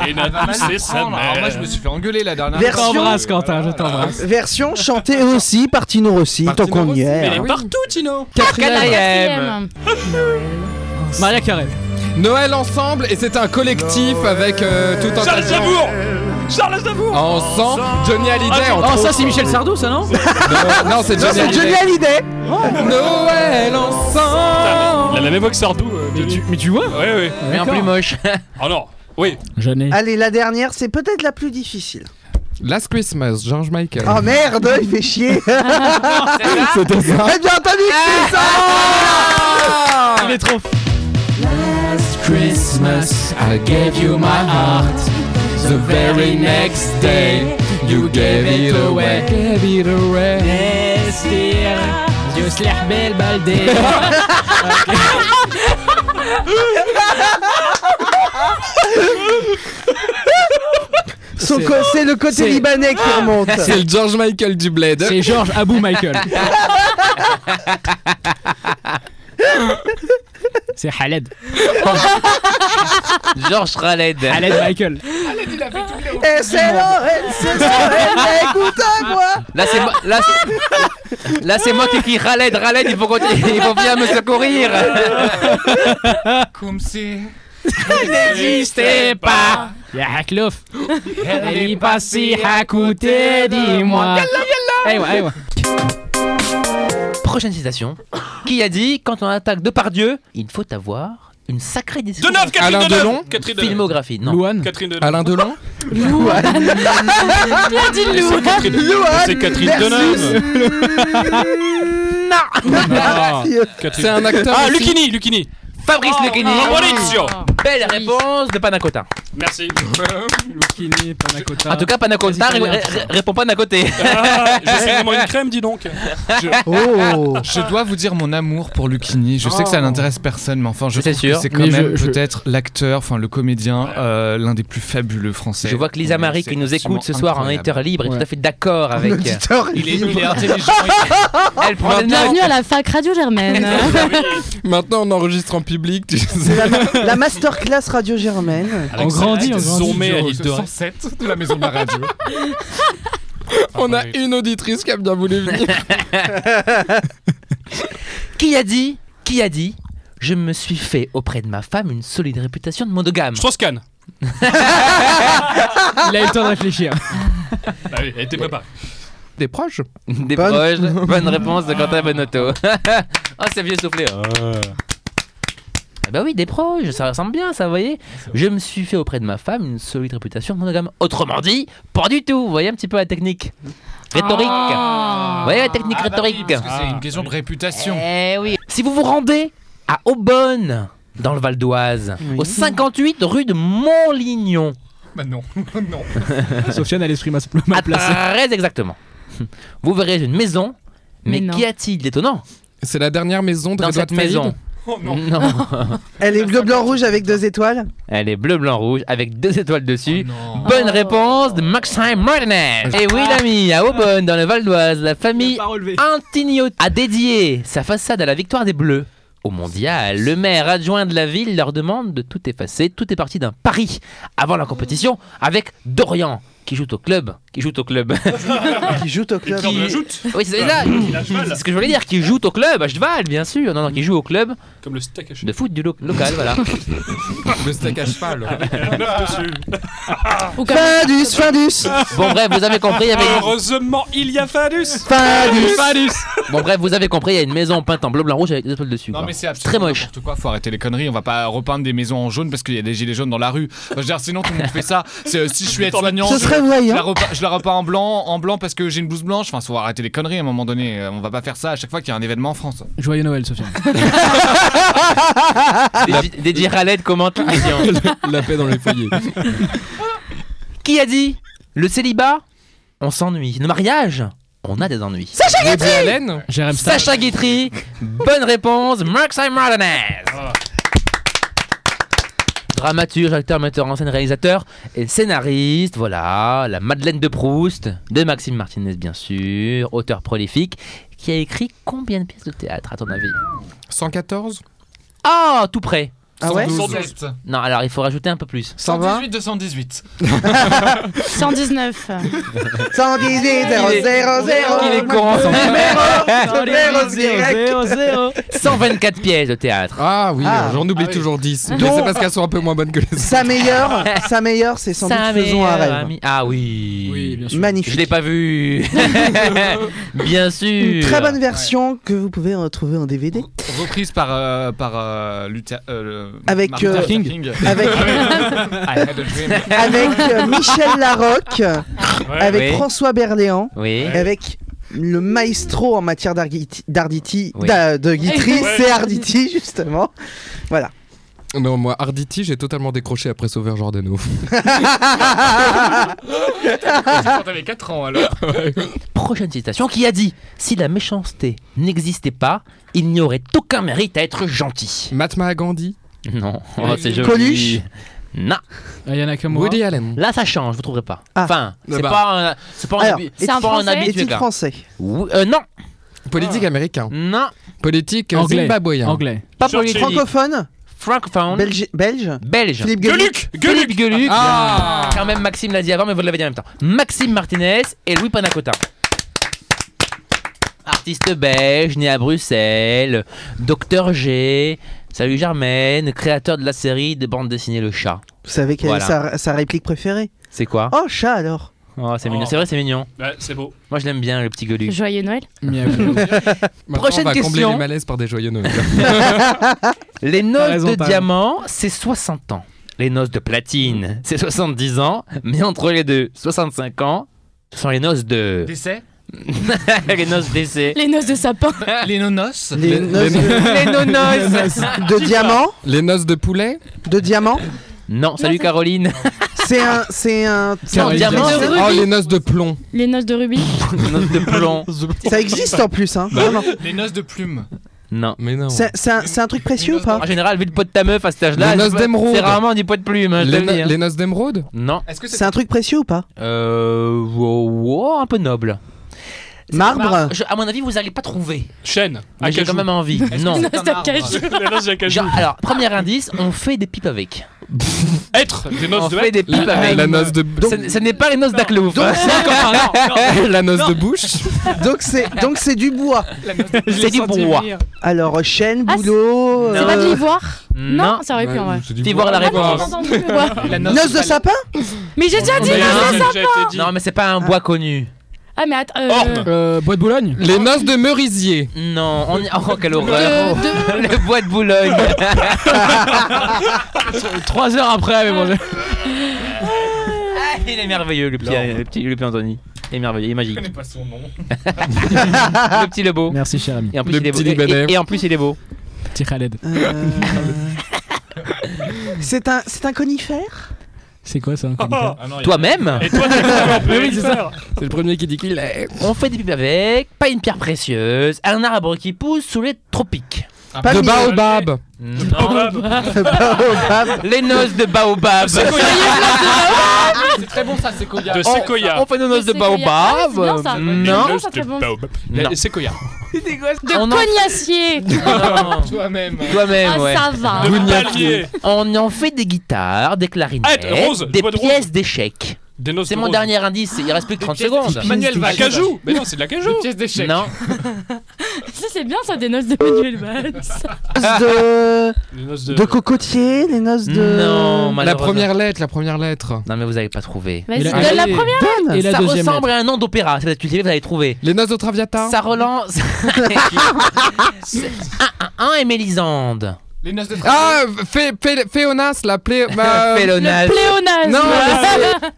Speaker 5: Et Natou, Ah, c'est sa
Speaker 6: Ah, Alors, moi, je
Speaker 5: mère.
Speaker 6: me suis fait engueuler la dernière
Speaker 7: Je
Speaker 1: Version-
Speaker 7: t'embrasse, Quentin, je t'embrasse.
Speaker 1: Version chantée aussi par Tino Rossi, tant qu'on y est. hein.
Speaker 4: partout, Tino
Speaker 2: bah. Quatrième.
Speaker 3: Quatrième.
Speaker 7: Maria Carré.
Speaker 4: Noël ensemble, et c'est un collectif avec euh, tout un tas
Speaker 5: Charles
Speaker 4: de gens.
Speaker 5: Zavour Charles Zavour
Speaker 4: Ensemble, Johnny Hallyday en
Speaker 7: Oh, ça, c'est Michel Sardou, ça, non
Speaker 4: Non, Ah, non, c'est
Speaker 1: Non,
Speaker 4: Johnny
Speaker 1: Ah, c'est Johnny
Speaker 4: Hallyday.
Speaker 1: Hallyday
Speaker 4: Noël ensemble
Speaker 5: Il a la même voix que Sardou. euh,
Speaker 7: mais tu,
Speaker 5: Johnny.
Speaker 7: mais tu vois
Speaker 5: Ouais, ouais.
Speaker 2: Mais en plus moche.
Speaker 5: Oh non. Oui.
Speaker 7: Jeannet.
Speaker 1: Allez, la dernière, c'est peut-être la plus difficile.
Speaker 4: Last Christmas, George Michael.
Speaker 1: Oh merde, il fait chier
Speaker 4: C'était Ah. ça
Speaker 1: Eh bien entendu que c'est ça
Speaker 7: Il est trop
Speaker 2: Christmas,
Speaker 4: I gave you my heart. The very next day, you gave it away. Gave it away.
Speaker 1: Son co- C'est le côté
Speaker 7: c'est-
Speaker 1: libanais qui remonte.
Speaker 4: C'est le George Michael du Bled.
Speaker 7: C'est Georges Abou Michael. C'est Khaled.
Speaker 2: Georges Raled.
Speaker 7: Khaled Michael.
Speaker 1: Et c'est Lorraine, c'est Lorraine, écoutez-moi
Speaker 2: Là, c'est moi. Là, c'est- là, c'est moi qui écris Raled, Raled, il faut, continuer- il faut bien me secourir.
Speaker 6: Comme c'est.
Speaker 7: N'existez pas. Y'a Haklof. Elle est pas si Hakoutée, dis-moi. Eh ouais, eh ouais.
Speaker 2: Prochaine citation. Qui a dit quand on attaque Depardieu, il faut avoir une sacrée décision.
Speaker 5: De neuf, Catherine
Speaker 4: Alain
Speaker 5: Deneuve
Speaker 4: Delon
Speaker 5: Catherine Deneuve.
Speaker 2: Filmographie, non.
Speaker 7: Louane.
Speaker 5: Catherine Deneuve.
Speaker 4: Alain Delon
Speaker 3: Plein dit
Speaker 5: C'est
Speaker 3: Lou.
Speaker 5: Catherine Deneuve. C'est Catherine Deneuve. Catherine-
Speaker 4: C'est un acteur.
Speaker 5: Ah,
Speaker 4: aussi.
Speaker 5: Lucini, Lucini.
Speaker 2: Fabrice Lucchini.
Speaker 5: Ah, Maurizio.
Speaker 2: Oh, Belle réponse de Panacotta.
Speaker 5: Merci. Ah,
Speaker 7: Kini, Panacota.
Speaker 2: En tout cas, Panacotta
Speaker 7: Vas-y,
Speaker 2: ré-
Speaker 7: Fabien.
Speaker 2: ré- répond pas d'un côté.
Speaker 5: Ah, je suis vraiment une crème, dis donc.
Speaker 1: Oh
Speaker 6: Je dois vous dire mon amour pour Lucini. Je sais que ça n'intéresse personne, mais enfin, je
Speaker 2: Oh. C'est
Speaker 6: trouve que
Speaker 2: sûr.
Speaker 6: c'est quand
Speaker 7: Mais
Speaker 6: même
Speaker 7: je- je-
Speaker 6: peut-être l'acteur, enfin le comédien, euh, l'un des plus fabuleux français.
Speaker 2: Je vois que Lisa Marie qui nous écoute ce soir en
Speaker 6: éther
Speaker 2: éditeur libre est
Speaker 7: Ouais.
Speaker 2: tout à fait d'accord avec. euh,
Speaker 1: L'auditeur,
Speaker 6: Il est,
Speaker 1: il
Speaker 6: il est intelligent.
Speaker 2: Elle prend des notes.
Speaker 3: Bienvenue à la fac Radio Germaine.
Speaker 5: Ah oui.
Speaker 4: Maintenant, on enregistre en public, tu sais.
Speaker 1: C'est la, la masterclass Radio Germaine.
Speaker 7: On grandit, on grandit.
Speaker 5: Zoomé à l'île de Ré.
Speaker 6: 107 de la maison de la radio.
Speaker 4: On a une auditrice qui a bien voulu venir.
Speaker 2: Qui a dit Qui a dit Je me suis fait auprès de ma femme une solide réputation de monogame.
Speaker 5: Strauss-Kahn.
Speaker 7: Il a eu le temps de réfléchir.
Speaker 5: Bah oui, elle était préparée.
Speaker 4: Des proches
Speaker 2: Des
Speaker 1: Bonne-
Speaker 2: proches. Bonne réponse de Quentin Bonotto. oh, c'est vieux soufflé. Ah Bah oui, des proches, ça ressemble bien, ça, vous voyez. Je me suis fait auprès de ma femme une solide réputation de monogame. Autrement dit, pas du tout. Vous voyez un petit peu la technique rhétorique.
Speaker 3: Ah.
Speaker 2: Vous voyez la technique
Speaker 6: Ah bah oui,
Speaker 2: rhétorique.
Speaker 6: parce que c'est
Speaker 5: Ah,
Speaker 6: une question de réputation.
Speaker 2: Eh oui. Si vous vous rendez à Aubonne, dans le Val d'Oise,
Speaker 1: Oui.
Speaker 2: au 58 rue de Montlignon,
Speaker 6: Bah non, non.
Speaker 7: Sofiane a l'esprit mas- mal placé.
Speaker 2: Ah, Très exactement. Vous verrez une maison, mais,
Speaker 3: Mais non.
Speaker 2: qu'y a-t-il d'étonnant
Speaker 4: C'est la dernière maison de
Speaker 2: dans
Speaker 4: Edouard
Speaker 2: cette maison
Speaker 4: Farid.
Speaker 2: Non.
Speaker 1: Elle est bleu, blanc, rouge avec deux étoiles.
Speaker 2: Elle est bleu, blanc, rouge avec deux étoiles dessus.
Speaker 6: Non.
Speaker 2: Bonne réponse de Maxime Martinez. Et oui, l'ami, à Aubonne, dans le Val d'Oise, la famille
Speaker 7: relevé.
Speaker 2: Antigno a dédié sa façade à la victoire des Bleus. Au mondial, le maire adjoint de la ville leur demande de tout effacer. Tout est parti d'un pari avant la compétition avec Dorian qui joue au club. Qui joue au club.
Speaker 1: Qui joue au club.
Speaker 2: Qui- Oui, c'est ça. C'est ce que je voulais dire. Qui joue au club à cheval, bien sûr. Non, non, qui joue au club
Speaker 5: Comme le steak haché.
Speaker 2: de foot du lo- local, voilà.
Speaker 4: Le steak à cheval.
Speaker 5: Ah.
Speaker 3: Ou comme-
Speaker 1: Fadus, Fadus,
Speaker 2: Bon, bref, vous avez compris. il y avait-
Speaker 5: Heureusement, il y a Fadus.
Speaker 1: Fadus.
Speaker 2: Bon, bref, vous avez compris. Il y a une maison peinte en bleu, blanc, rouge avec des étoiles dessus.
Speaker 6: Non
Speaker 2: quoi.
Speaker 6: mais c'est
Speaker 2: Très
Speaker 6: absolument
Speaker 2: moche.
Speaker 6: n'importe quoi, faut arrêter les conneries, on va pas repeindre des maisons en jaune parce qu'il y a des gilets jaunes dans la rue. Enfin, je veux dire, sinon tout le monde fait ça. C'est, euh, si je suis aide-soignant,
Speaker 1: Ce
Speaker 6: je,
Speaker 1: serait
Speaker 6: je la
Speaker 1: voyant.
Speaker 6: repeins, je la repeins en blanc, en blanc parce que j'ai une blouse blanche. Enfin, faut arrêter les conneries à un moment donné, Euh, on va pas faire ça à chaque fois qu'il y a un événement en France.
Speaker 7: Joyeux Noël, Sofiane.
Speaker 2: Dédi- Dédi Khaled commente l'émission.
Speaker 4: la paix dans les foyers.
Speaker 2: Qui a dit le célibat On s'ennuie. Le mariage On a des ennuis. Sacha,
Speaker 4: Woody Allen
Speaker 7: Jérém Star.
Speaker 2: Sacha Guitry, bonne réponse, Maxime Martinez.
Speaker 5: Ah.
Speaker 2: Dramaturge, acteur, metteur en scène, réalisateur et scénariste, voilà, la Madeleine de Proust, de Maxime Martinez bien sûr, auteur prolifique, qui a écrit combien de pièces de théâtre à ton avis
Speaker 4: 114
Speaker 2: Ah, tout près
Speaker 1: Ah ouais
Speaker 5: 112.
Speaker 2: Non, alors il faut rajouter un peu plus.
Speaker 6: 118, 218.
Speaker 3: 119.
Speaker 1: 118, 0, 0, 0.
Speaker 2: Il est con, son
Speaker 1: Numéro, direct.
Speaker 2: 124 pièces de théâtre.
Speaker 4: Ah oui,
Speaker 1: Ah.
Speaker 4: j'en oublie
Speaker 6: Ah oui.
Speaker 4: toujours 10. Mais
Speaker 1: Donc-
Speaker 4: c'est parce qu'elles sont un peu moins bonnes que les autres.
Speaker 1: Sa meilleure, sa meilleure, c'est sans
Speaker 2: Ça,
Speaker 1: doute faisons un
Speaker 2: meilleur
Speaker 1: rêve.
Speaker 2: ami. Ah oui.
Speaker 7: Oui, bien sûr.
Speaker 2: Je l'ai
Speaker 1: Magnifique.
Speaker 2: pas vu. bien sûr.
Speaker 1: Une très bonne version que vous pouvez retrouver en DVD.
Speaker 2: Ah
Speaker 6: Reprise par euh, par euh, Luther euh, le-
Speaker 1: Avec,
Speaker 6: Martin
Speaker 1: euh,
Speaker 6: Luther King.
Speaker 1: Avec,
Speaker 6: I had a dream.
Speaker 1: avec euh, Michel Larocque, avec
Speaker 2: Oui.
Speaker 1: François Berléand,
Speaker 2: Oui.
Speaker 1: et avec le maestro en matière d'argui- d'arditi,
Speaker 2: Oui.
Speaker 1: d'a- de guitry,
Speaker 5: Ouais.
Speaker 1: c'est Arditi justement. Voilà.
Speaker 4: Non, moi, Arditi, j'ai totalement décroché après Sauveur Giordano.
Speaker 5: Ah.
Speaker 6: Quand t'avais 4 ans alors.
Speaker 2: Prochaine citation qui a dit Si la méchanceté n'existait pas, il n'y aurait aucun mérite à être gentil.
Speaker 4: Mahatma Gandhi
Speaker 2: Non. Oh, c'est joli.
Speaker 1: Coluche
Speaker 2: Non.
Speaker 7: Ayana Kamura.
Speaker 4: Woody Allen
Speaker 2: Là, ça change, vous trouverez pas.
Speaker 1: Ah.
Speaker 2: Enfin, c'est
Speaker 4: Bah.
Speaker 2: pas un, c'est pas un,
Speaker 1: Alors,
Speaker 2: habi-
Speaker 3: est-il
Speaker 2: c'est pas un
Speaker 3: français
Speaker 2: habitué,
Speaker 1: Est-il
Speaker 2: gars.
Speaker 1: français
Speaker 2: Ou- euh, non,
Speaker 4: Politique américain.
Speaker 2: non,
Speaker 4: Politique euh,
Speaker 7: Anglais.
Speaker 4: zimbabwéen.
Speaker 7: Anglais.
Speaker 2: pas
Speaker 5: Churchill.
Speaker 2: politique.
Speaker 1: Francophone
Speaker 2: Francophone. Belge.
Speaker 1: Belgi- Belge Philippe Gueluc
Speaker 5: Gueluc Gueluc
Speaker 2: Philippe Gueluc.
Speaker 4: Ah
Speaker 2: Quand même, Maxime l'a dit avant, mais vous l'avez dit en même temps. Maxime Martinez et Louis Panacota. Artiste belge, né à Bruxelles, docteur G, salut Germaine, créateur de la série de bande dessinée Le Chat.
Speaker 1: Vous savez quelle
Speaker 2: Voilà.
Speaker 1: est sa, sa réplique préférée
Speaker 2: C'est quoi
Speaker 1: Oh, chat alors
Speaker 2: Oh, c'est
Speaker 5: Oh.
Speaker 2: mignon, c'est vrai, c'est mignon.
Speaker 5: Ouais, c'est beau.
Speaker 2: Moi je l'aime bien, le petit Gueluc.
Speaker 3: Joyeux Noël.
Speaker 7: Miaou.
Speaker 4: Maintenant,
Speaker 2: Prochaine
Speaker 4: on va combler
Speaker 2: question.
Speaker 4: les malaises par des joyeux Noël.
Speaker 2: Les noces
Speaker 7: T'as raison,
Speaker 2: de
Speaker 7: t'as
Speaker 2: diamant, c'est 60 ans. Les noces de platine, c'est 70 ans. Mais entre les deux, 65 ans, ce sont les noces de.
Speaker 6: Décès.
Speaker 2: les noces d'essai.
Speaker 3: Les noces de sapin.
Speaker 6: Les nonos.
Speaker 1: Les
Speaker 4: Les-
Speaker 1: noces
Speaker 4: les-
Speaker 1: de,
Speaker 2: Les nonos
Speaker 1: de diamant
Speaker 4: les noces de poulet
Speaker 1: De diamant
Speaker 2: Non, salut Caroline
Speaker 1: C'est un. C'est un. c'est
Speaker 2: Non,
Speaker 1: un-
Speaker 2: diamant,
Speaker 1: c'est-
Speaker 3: c'est-
Speaker 4: Oh, les noces de plomb
Speaker 3: Les noces de rubis.
Speaker 2: noces de plomb
Speaker 1: Ça existe en plus, hein
Speaker 2: Bah
Speaker 1: vraiment.
Speaker 6: Les noces de plume.
Speaker 2: Non.
Speaker 4: Mais non.
Speaker 1: C'est c'est un, c'est un truc précieux ou pas
Speaker 2: En général, Ah, vu le pot de ta meuf à cet âge-là,
Speaker 4: Les noces
Speaker 2: c'est-
Speaker 4: d'émeraude.
Speaker 2: c'est rarement du pot de plume. hein, je te
Speaker 4: Les,
Speaker 2: le
Speaker 4: no-
Speaker 2: dis, hein.
Speaker 4: les noces d'émeraude
Speaker 2: Non.
Speaker 6: Est-ce que
Speaker 1: C'est un truc précieux ou pas
Speaker 2: Euh. wow, wow, un peu noble.
Speaker 1: Marbre
Speaker 2: Je- à mon avis, vous allez pas trouver.
Speaker 5: Chêne.
Speaker 2: Mais Ah, j'ai
Speaker 5: Acajou.
Speaker 2: quand même envie.
Speaker 6: Est-ce que
Speaker 2: Non.
Speaker 6: c'est un
Speaker 3: Nostal
Speaker 6: arbre
Speaker 3: Cajou.
Speaker 5: Les noces d'acajou.
Speaker 2: Genre, alors, premier indice, on fait des pipes avec.
Speaker 5: Être. Des
Speaker 2: On
Speaker 5: noces de
Speaker 2: fait
Speaker 5: hêtre.
Speaker 2: des pipes
Speaker 4: La,
Speaker 2: avec.
Speaker 4: la noce de
Speaker 2: Ce ce n'est pas les noces d'Aclouf.
Speaker 4: la noce de bouche.
Speaker 1: donc c'est donc c'est du bois.
Speaker 2: C'est du bois.
Speaker 1: Alors chêne,
Speaker 3: Ah,
Speaker 1: boulot,
Speaker 3: C'est pas de
Speaker 1: euh,
Speaker 3: l'ivoire Non, ça aurait pu en vrai.
Speaker 2: Fais voir la
Speaker 3: Ah, non,
Speaker 2: réponse.
Speaker 3: j'ai entendu le bois.
Speaker 6: La
Speaker 1: noce de sapin
Speaker 3: Mais j'ai déjà dit
Speaker 5: Mais
Speaker 3: noce
Speaker 5: non,
Speaker 3: de
Speaker 5: j'ai
Speaker 3: sapin.
Speaker 5: déjà été dit.
Speaker 2: Non, mais c'est pas un bois connu.
Speaker 3: Ah, mais attends. euh,
Speaker 5: Orne.
Speaker 7: Euh, bois de Boulogne
Speaker 4: Les noces de merisier.
Speaker 2: Non, on y... Oh, quelle
Speaker 3: de-
Speaker 2: horreur.
Speaker 3: de-
Speaker 2: Le bois de Boulogne.
Speaker 7: 3 heures après, mais bon.
Speaker 2: Ah, Il est merveilleux, le petit, le petit, le petit Anthony. Il est merveilleux, il est magique.
Speaker 6: pas son nom.
Speaker 2: Le petit Lebo.
Speaker 7: Merci, cher ami.
Speaker 2: Et en plus,
Speaker 4: Le
Speaker 2: il est beau.
Speaker 4: petit Libanais.
Speaker 2: Et, et en plus, il est beau.
Speaker 7: Petit Khaled.
Speaker 1: Euh, C'est un c'est un conifère
Speaker 7: C'est quoi ça comme
Speaker 6: Oh.
Speaker 7: ça
Speaker 5: Ah non, il y a-
Speaker 2: Toi-même,
Speaker 5: Et toi, t'es un peu
Speaker 7: oui, c'est ça.
Speaker 4: C'est le premier qui dit qu'il est.
Speaker 2: on fait des pipes avec, pas une pierre précieuse, un arbre qui pousse sous les tropiques.
Speaker 1: Pas
Speaker 4: De
Speaker 1: mis.
Speaker 4: baobab.
Speaker 5: Mm.
Speaker 2: Non.
Speaker 5: bah,
Speaker 1: Baobab.
Speaker 2: Les noces de baobab.
Speaker 5: bah,
Speaker 6: Ah, C'est très bon ça, c'est Koya.
Speaker 5: De séquoia.
Speaker 2: On fait nos noces de
Speaker 3: De séquoia. Ah, c'est bien,
Speaker 2: baobab.
Speaker 3: ça.
Speaker 5: Mm.
Speaker 2: Non.
Speaker 3: ça, très
Speaker 5: bah,
Speaker 3: bon.
Speaker 2: Non.
Speaker 5: De séquoia.
Speaker 3: De
Speaker 2: On en-
Speaker 3: cognacier.
Speaker 2: Non.
Speaker 6: Toi-même.
Speaker 2: Toi-même,
Speaker 3: Ah,
Speaker 2: ouais.
Speaker 3: ça va.
Speaker 5: De palmier.
Speaker 2: On en fait des guitares, des clarinettes,
Speaker 5: Ah, rose,
Speaker 2: des
Speaker 5: bois de rose.
Speaker 2: pièces d'échecs.
Speaker 5: Des noces
Speaker 2: C'est
Speaker 5: de
Speaker 2: mon
Speaker 5: rose.
Speaker 2: dernier indice, il reste plus que 30 secondes.
Speaker 6: Manuel Valls.
Speaker 5: Acajou. Mais non, c'est de l'acajou.
Speaker 6: Pièce d'échec.
Speaker 2: Non,
Speaker 3: Ça, c'est bien, ça, des noces de Manuel Valls.
Speaker 1: Les noces de
Speaker 5: Des noces
Speaker 1: de cocotier, les noces de
Speaker 2: non,
Speaker 4: La
Speaker 2: malheureusement.
Speaker 4: première lettre, la première lettre.
Speaker 2: Non, mais vous avez pas trouvé.
Speaker 3: Vas-y,
Speaker 7: Il a-
Speaker 3: donne la
Speaker 7: Allez.
Speaker 3: première.
Speaker 7: Et la
Speaker 2: ça
Speaker 7: deuxième
Speaker 2: ressemble à un nom d'opéra. Ça va être utile, vous allez trouver.
Speaker 4: Les noces de Traviata.
Speaker 2: Ça relance. C'est 1 et Mélisande.
Speaker 6: Les noces de
Speaker 4: Ah, Fé- Fé- Féonas, la plé.
Speaker 3: Euh,
Speaker 4: bah,
Speaker 2: Pélonase.
Speaker 3: Pléonasme.
Speaker 4: Non,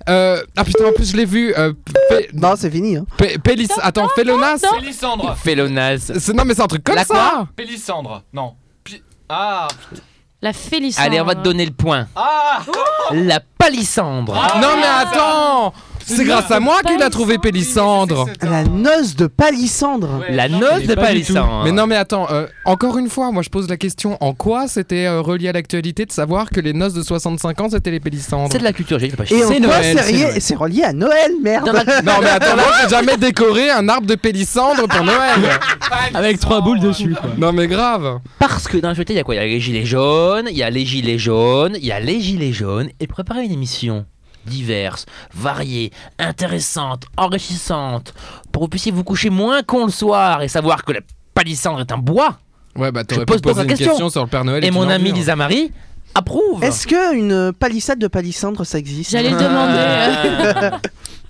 Speaker 4: euh, ah putain, en plus je l'ai vu. euh, Fé-
Speaker 1: Non, c'est fini. hein.
Speaker 4: Pé- Pélis. Attends, Félonas.
Speaker 3: non.
Speaker 6: Pélissandre.
Speaker 2: Pélonase.
Speaker 4: C'est- Non, mais c'est un truc comme
Speaker 2: La
Speaker 4: ça.
Speaker 6: Pélissandre. Non. Pi- Ah.
Speaker 3: La Félicien.
Speaker 2: Allez, on va te donner le point.
Speaker 6: Ah.
Speaker 2: La palissandre.
Speaker 6: Ah.
Speaker 4: Oh. non, mais attends. C'est grâce à moi qu'il a trouvé Pélissandre.
Speaker 1: La noce de palissandre.
Speaker 6: Ouais,
Speaker 2: La
Speaker 6: non,
Speaker 2: noce de
Speaker 7: pas du tout.
Speaker 2: palissandre.
Speaker 4: Mais non, mais attends, euh, encore une fois, moi je pose la question en quoi c'était euh, relié à l'actualité de savoir que les noces de 65 ans c'était les pélissandres
Speaker 2: C'est de la culture, j'ai pas
Speaker 1: Et
Speaker 2: chier.
Speaker 1: en
Speaker 4: C'est
Speaker 1: quoi
Speaker 4: Noël,
Speaker 1: c'est
Speaker 4: c'est
Speaker 1: relié-
Speaker 4: Noël.
Speaker 1: c'est relié à Noël, merde.
Speaker 2: Dans la-
Speaker 4: Non, mais attends, moi j'ai jamais décoré un arbre de pélissandre pour Noël
Speaker 6: Pélissandre.
Speaker 7: Avec 3 boules dessus, quoi.
Speaker 4: Non, mais grave
Speaker 2: Parce que dans le jeté, il y a quoi Il y a les gilets jaunes, il y a les gilets jaunes, il y a les gilets jaunes. Et préparer une émission diverse, variée, intéressante, enrichissante, pour que vous puissiez vous coucher moins con le soir et savoir que la palissandre est un bois.
Speaker 4: Ouais, bah
Speaker 2: Je
Speaker 4: t'aurais
Speaker 2: pose
Speaker 4: pu
Speaker 2: donc
Speaker 4: poser
Speaker 2: la
Speaker 4: une
Speaker 2: question.
Speaker 4: question. sur le Père Noël.
Speaker 2: Et
Speaker 4: est
Speaker 2: mon
Speaker 4: une
Speaker 2: ami
Speaker 4: ordure.
Speaker 2: Lisa Marie approuve.
Speaker 1: Est-ce que une palissade de palissandre ça existe
Speaker 3: J'allais le demander.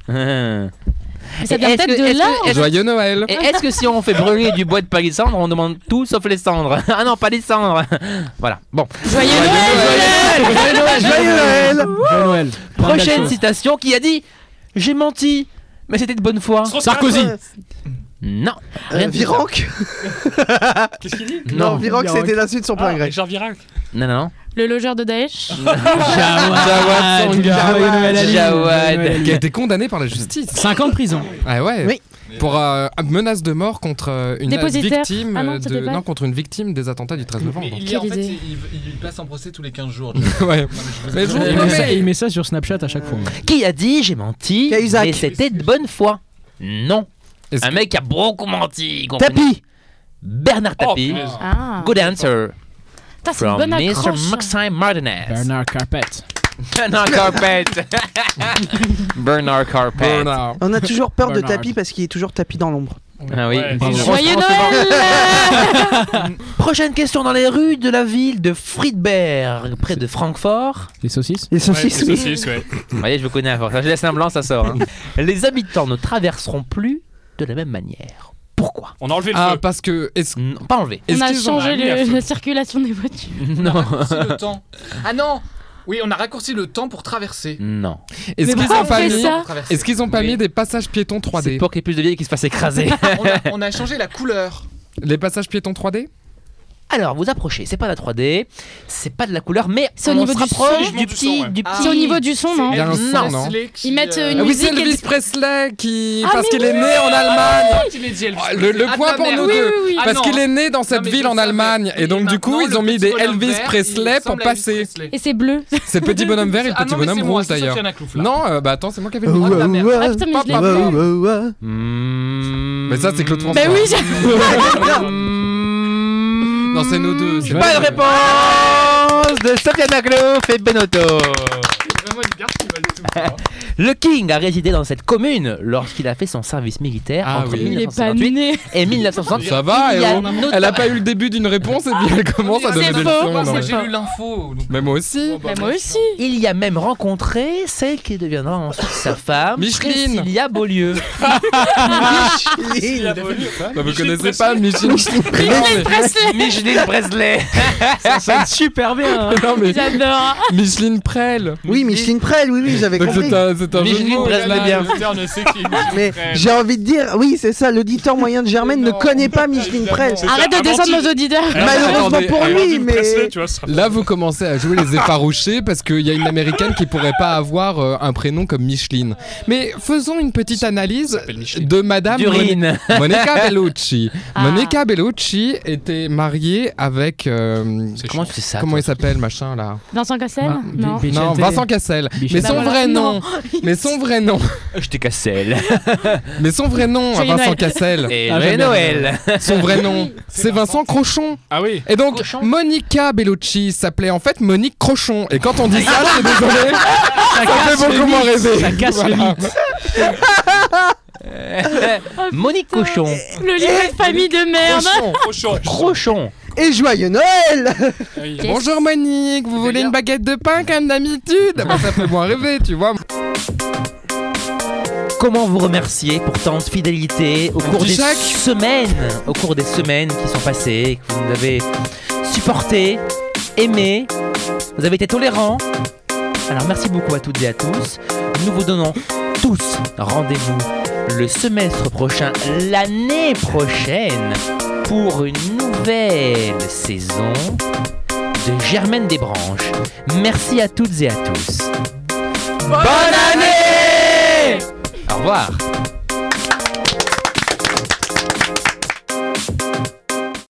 Speaker 2: Ah. Ah.
Speaker 3: Mais Ça
Speaker 2: Et
Speaker 3: vient
Speaker 2: est-ce
Speaker 3: peut-être
Speaker 2: que-
Speaker 3: de
Speaker 2: est-ce
Speaker 3: là.
Speaker 2: que- est-ce-
Speaker 4: Joyeux Noël
Speaker 2: Et est-ce que si on fait brûler du bois de palissandre, on demande tout sauf les cendres Ah non, pas les cendres Voilà, bon.
Speaker 3: Joyeux Noël
Speaker 2: Joyeux Noël,
Speaker 1: Joyeux Noël
Speaker 7: Joyeux Noël.
Speaker 2: Prochaine citation qui a dit J'ai menti, mais c'était de bonne foi.
Speaker 5: Sarkozy.
Speaker 7: Sarkozy.
Speaker 2: Non,
Speaker 1: Euh,
Speaker 2: rien de bizarre.
Speaker 1: Virenque
Speaker 5: Qu'est-ce qu'il dit
Speaker 1: Non,
Speaker 2: Non,
Speaker 1: Virenque
Speaker 7: Virenque.
Speaker 1: c'était l'insulte sur
Speaker 5: Ah,
Speaker 1: plein grec.
Speaker 5: Richard Virac.
Speaker 2: non, non.
Speaker 3: Le logeur de Daesh.
Speaker 7: Jawad.
Speaker 4: Jawad.
Speaker 7: Joyeux Noël, Ali.
Speaker 2: Jawad.
Speaker 7: Joyeux Noël, Ali.
Speaker 4: Qui a été condamné par la justice.
Speaker 7: 5 ans de prison.
Speaker 4: Ah ouais
Speaker 1: Oui.
Speaker 4: Pour euh, menace de mort contre euh, une
Speaker 3: Dépositaire.
Speaker 4: victime
Speaker 3: Ah non,
Speaker 4: euh, de
Speaker 3: c'était pas-
Speaker 4: non contre une victime des attentats du 13 novembre.
Speaker 6: Mais il, y
Speaker 3: Quelle
Speaker 6: a, en fait,
Speaker 3: idée.
Speaker 6: il, il- il passe en procès tous les 15 jours.
Speaker 4: ouais. Mais je vous
Speaker 7: Il met,
Speaker 4: promets,
Speaker 7: ça, il met ça sur Snapchat à chaque fois.
Speaker 2: Qui a dit J'ai menti,
Speaker 1: Cahuzac.
Speaker 2: mais c'était de bonne foi Non.
Speaker 4: Est-ce
Speaker 2: Un
Speaker 4: que-
Speaker 2: mec qui a beaucoup menti. comprenez
Speaker 1: Tapis
Speaker 2: Bernard
Speaker 5: Oh,
Speaker 2: Tapie.
Speaker 5: punaise.
Speaker 3: Ah.
Speaker 2: Good answer
Speaker 3: Putain, c'est
Speaker 2: from
Speaker 3: une bonne
Speaker 2: Mr.
Speaker 3: accroche. hein.
Speaker 2: Maxime Martinez.
Speaker 7: Bernard Carpet.
Speaker 2: Bernard Carpet. Bernard Carpet.
Speaker 4: Bernard.
Speaker 1: On a toujours peur de
Speaker 7: Bernard.
Speaker 1: tapis parce qu'il est toujours tapis dans l'ombre.
Speaker 2: Ah oui.
Speaker 5: Ouais.
Speaker 2: Bravo.
Speaker 3: Joyeux Noël
Speaker 2: Prochaine question dans les rues de la ville de Friedberg, près de Francfort.
Speaker 7: Les saucisses
Speaker 1: Les
Speaker 5: Ouais,
Speaker 1: saucisses,
Speaker 5: c'est
Speaker 1: oui.
Speaker 5: saucisse, ouais.
Speaker 2: Vous voyez, je vous connais à force. Je laisse un blanc, ça sort. hein. Les habitants ne traverseront plus de la même manière. Pourquoi
Speaker 5: On a enlevé le
Speaker 4: Ah,
Speaker 5: feu.
Speaker 4: parce que. Est-ce
Speaker 2: Non, Pas enlevé.
Speaker 4: est-ce
Speaker 3: On a
Speaker 4: qu'ils ont-
Speaker 5: ont
Speaker 3: changé
Speaker 5: mis à
Speaker 3: le-
Speaker 5: feu
Speaker 3: la circulation des voitures.
Speaker 2: Non.
Speaker 6: Raccourci le temps. Ah non Oui, on a raccourci le temps pour traverser.
Speaker 2: Non.
Speaker 4: Est-ce
Speaker 3: Mais
Speaker 4: qu'ils
Speaker 3: pourquoi
Speaker 4: ont
Speaker 3: on
Speaker 4: pas
Speaker 3: fait
Speaker 4: mis
Speaker 3: ça
Speaker 6: Pour traverser.
Speaker 4: Est-ce qu'ils ont pas
Speaker 6: Oui.
Speaker 4: mis des passages piétons 3D
Speaker 2: C'est pour qu'il y ait plus de vieilles qui se fassent écraser.
Speaker 6: on, a, on a changé la couleur.
Speaker 4: Les passages piétons 3D
Speaker 2: Alors, vous approchez, c'est pas de la 3D, c'est pas de la couleur, mais
Speaker 3: C'est au
Speaker 2: on
Speaker 3: niveau
Speaker 2: se
Speaker 3: du Ah
Speaker 2: rapproche
Speaker 5: son.
Speaker 2: du,
Speaker 5: Du
Speaker 2: petit,
Speaker 5: son, ouais.
Speaker 2: du
Speaker 3: C'est au
Speaker 2: petit-
Speaker 3: niveau du son, non
Speaker 4: Il y a un
Speaker 2: Elvis
Speaker 4: son, non
Speaker 3: Ils mettent euh, une
Speaker 4: Ah oui,
Speaker 3: musique.
Speaker 4: c'est
Speaker 3: et-
Speaker 4: Elvis Presley qui.
Speaker 3: Ah,
Speaker 4: parce
Speaker 3: mais
Speaker 4: qu'il
Speaker 3: oui. Ah,
Speaker 4: est né en Allemagne. Ah, le le point pour nous
Speaker 3: Oui,
Speaker 4: deux.
Speaker 3: oui, oui.
Speaker 6: Ah,
Speaker 4: Parce
Speaker 6: non.
Speaker 4: qu'il est né dans cette
Speaker 6: mais
Speaker 4: ville
Speaker 6: je
Speaker 4: en
Speaker 6: savais.
Speaker 4: Allemagne. Et
Speaker 6: Oui,
Speaker 4: donc, du coup,
Speaker 6: maintenant,
Speaker 4: ils ont
Speaker 6: le
Speaker 4: mis
Speaker 6: petit
Speaker 4: des
Speaker 6: bonhomme
Speaker 4: Elvis
Speaker 6: vert, il
Speaker 4: Presley pour
Speaker 6: ressemble à Elvis
Speaker 4: passer.
Speaker 6: Presley.
Speaker 3: Et c'est bleu.
Speaker 4: C'est Petit Bonhomme Vert et
Speaker 6: Ah
Speaker 4: Petit
Speaker 6: non, mais c'est
Speaker 4: Bonhomme
Speaker 6: moi,
Speaker 4: Rouge
Speaker 6: c'est
Speaker 4: d'ailleurs.
Speaker 6: Sofiane Aklouf, là.
Speaker 4: Non, euh, bah attends, c'est moi qui avais le
Speaker 1: Ouah,
Speaker 4: point.
Speaker 6: la merde.
Speaker 1: ouah,
Speaker 3: Ah putain, mais je l'ai
Speaker 1: ouah,
Speaker 3: plus.
Speaker 1: ouah, ouah.
Speaker 4: Mais ça, c'est Claude François.
Speaker 3: Bah oui, j'ai-
Speaker 4: Non, c'est nous
Speaker 3: Mmh.
Speaker 4: deux. c'est
Speaker 2: Bonne
Speaker 4: nous deux.
Speaker 2: réponse de Sofiane Laclouf et Benotto.
Speaker 6: Euh,
Speaker 5: Vraiment une carte qui valent tout.
Speaker 2: Le King a résidé dans cette commune lorsqu'il a fait son service militaire
Speaker 4: Ah
Speaker 2: entre
Speaker 4: oui.
Speaker 3: Il est pas
Speaker 2: 1958
Speaker 3: né.
Speaker 2: et 1960.
Speaker 4: Ça va,
Speaker 2: Il y a
Speaker 4: eh oh.
Speaker 2: notamment-
Speaker 4: elle a pas eu le début d'une réponse et puis elle commence à
Speaker 6: C'est
Speaker 4: donner des
Speaker 3: faux.
Speaker 4: leçons.
Speaker 6: Moi,
Speaker 4: non,
Speaker 6: moi,
Speaker 4: mais-
Speaker 6: j'ai lu l'info. donc-
Speaker 4: Mais moi aussi.
Speaker 6: Bon, bah,
Speaker 3: Bah, moi aussi.
Speaker 2: Il y a même rencontré celle qui deviendra ensuite sa femme,
Speaker 4: Micheline.
Speaker 2: Priscilla Beaulieu.
Speaker 5: Il a
Speaker 1: Micheline.
Speaker 5: volé.
Speaker 4: Bah, vous
Speaker 5: Micheline
Speaker 4: connaissez
Speaker 5: Presley.
Speaker 4: pas Micheline Presley
Speaker 2: Micheline Presley.
Speaker 7: Ça sonne super bien. hein.
Speaker 4: Non, mais
Speaker 3: J'adore.
Speaker 4: Micheline Prel.
Speaker 1: Oui, Micheline Prel, oui, oui, j'avais
Speaker 4: Donc
Speaker 1: compris.
Speaker 4: c'est un, c'est un jeu de
Speaker 2: Micheline
Speaker 4: mots.
Speaker 2: Presley.
Speaker 5: Voilà,
Speaker 2: bien.
Speaker 5: l'auditeur ne sait qui est Micheline
Speaker 1: Mais
Speaker 5: Prel.
Speaker 1: j'ai envie de dire, oui, c'est ça, l'auditeur moyen de Germaine ne
Speaker 5: Non.
Speaker 1: connaît pas Micheline Prel.
Speaker 5: C'est
Speaker 3: Arrête
Speaker 5: ça,
Speaker 3: de descendre
Speaker 5: Amandine.
Speaker 3: nos auditeurs.
Speaker 5: Alors,
Speaker 1: Malheureusement
Speaker 5: attendez,
Speaker 1: pour
Speaker 5: alors,
Speaker 1: lui,
Speaker 5: Amandine
Speaker 1: mais-
Speaker 5: euh, Presley, tu vois, ce sera-
Speaker 4: Là, vous commencez à jouer les effarouchés parce qu'il y a une américaine qui pourrait pas avoir euh, un prénom comme Micheline. Mais faisons une petite analyse de Madame Moni-
Speaker 2: Durine.
Speaker 4: Monica Bellucci.
Speaker 3: Ah.
Speaker 4: Monica Bellucci était mariée avec. euh,
Speaker 2: Comment tu fais ça
Speaker 4: Comment
Speaker 2: toi
Speaker 4: il s'appelle, machin là
Speaker 3: Vincent Cassel
Speaker 7: Ah,
Speaker 3: Non. Bah,
Speaker 7: Bichette.
Speaker 4: Non, Vincent Cassel.
Speaker 7: Michel.
Speaker 4: Mais
Speaker 7: Bah
Speaker 4: son
Speaker 3: voilà.
Speaker 4: vrai nom.
Speaker 3: Non.
Speaker 4: Mais son vrai nom.
Speaker 2: Je t'ai cassé.
Speaker 4: Mais son vrai nom à
Speaker 3: Joyeux
Speaker 4: Vincent
Speaker 3: Noël.
Speaker 4: Cassel.
Speaker 2: Et
Speaker 7: Ah, j'aime bien.
Speaker 2: Noël.
Speaker 4: Son vrai nom, c'est Vincent Crochon.
Speaker 5: Ah oui.
Speaker 4: Et donc,
Speaker 2: Crochon.
Speaker 4: Monica Bellucci s'appelait en fait Monique Crochon. Et quand on dit ça, je suis désolé, ça fait beaucoup moins rêver.
Speaker 7: Ça casse le
Speaker 4: Voilà.
Speaker 2: Euh, Monique Cochon.
Speaker 3: Le livre de famille de merde.
Speaker 4: Cochon.
Speaker 5: Cochon.
Speaker 2: Crochon.
Speaker 1: Et joyeux Noël
Speaker 5: Oui.
Speaker 4: Bonjour Monique, vous voulez une baguette de pain comme d'habitude Bah, Ça fait moins rêver, tu vois.
Speaker 2: Comment vous remercier pour tant de fidélité au cours
Speaker 4: petit
Speaker 2: des
Speaker 4: sac.
Speaker 2: semaines, au cours des semaines qui sont passées, que vous nous avez supporté, aimé, vous avez été tolérants. Alors merci beaucoup à toutes et à tous. Nous vous donnons tous rendez-vous le semestre prochain, l'année prochaine, pour une nouvelle saison de Germaine des Branches. Merci à toutes et à tous. Bonne année Au revoir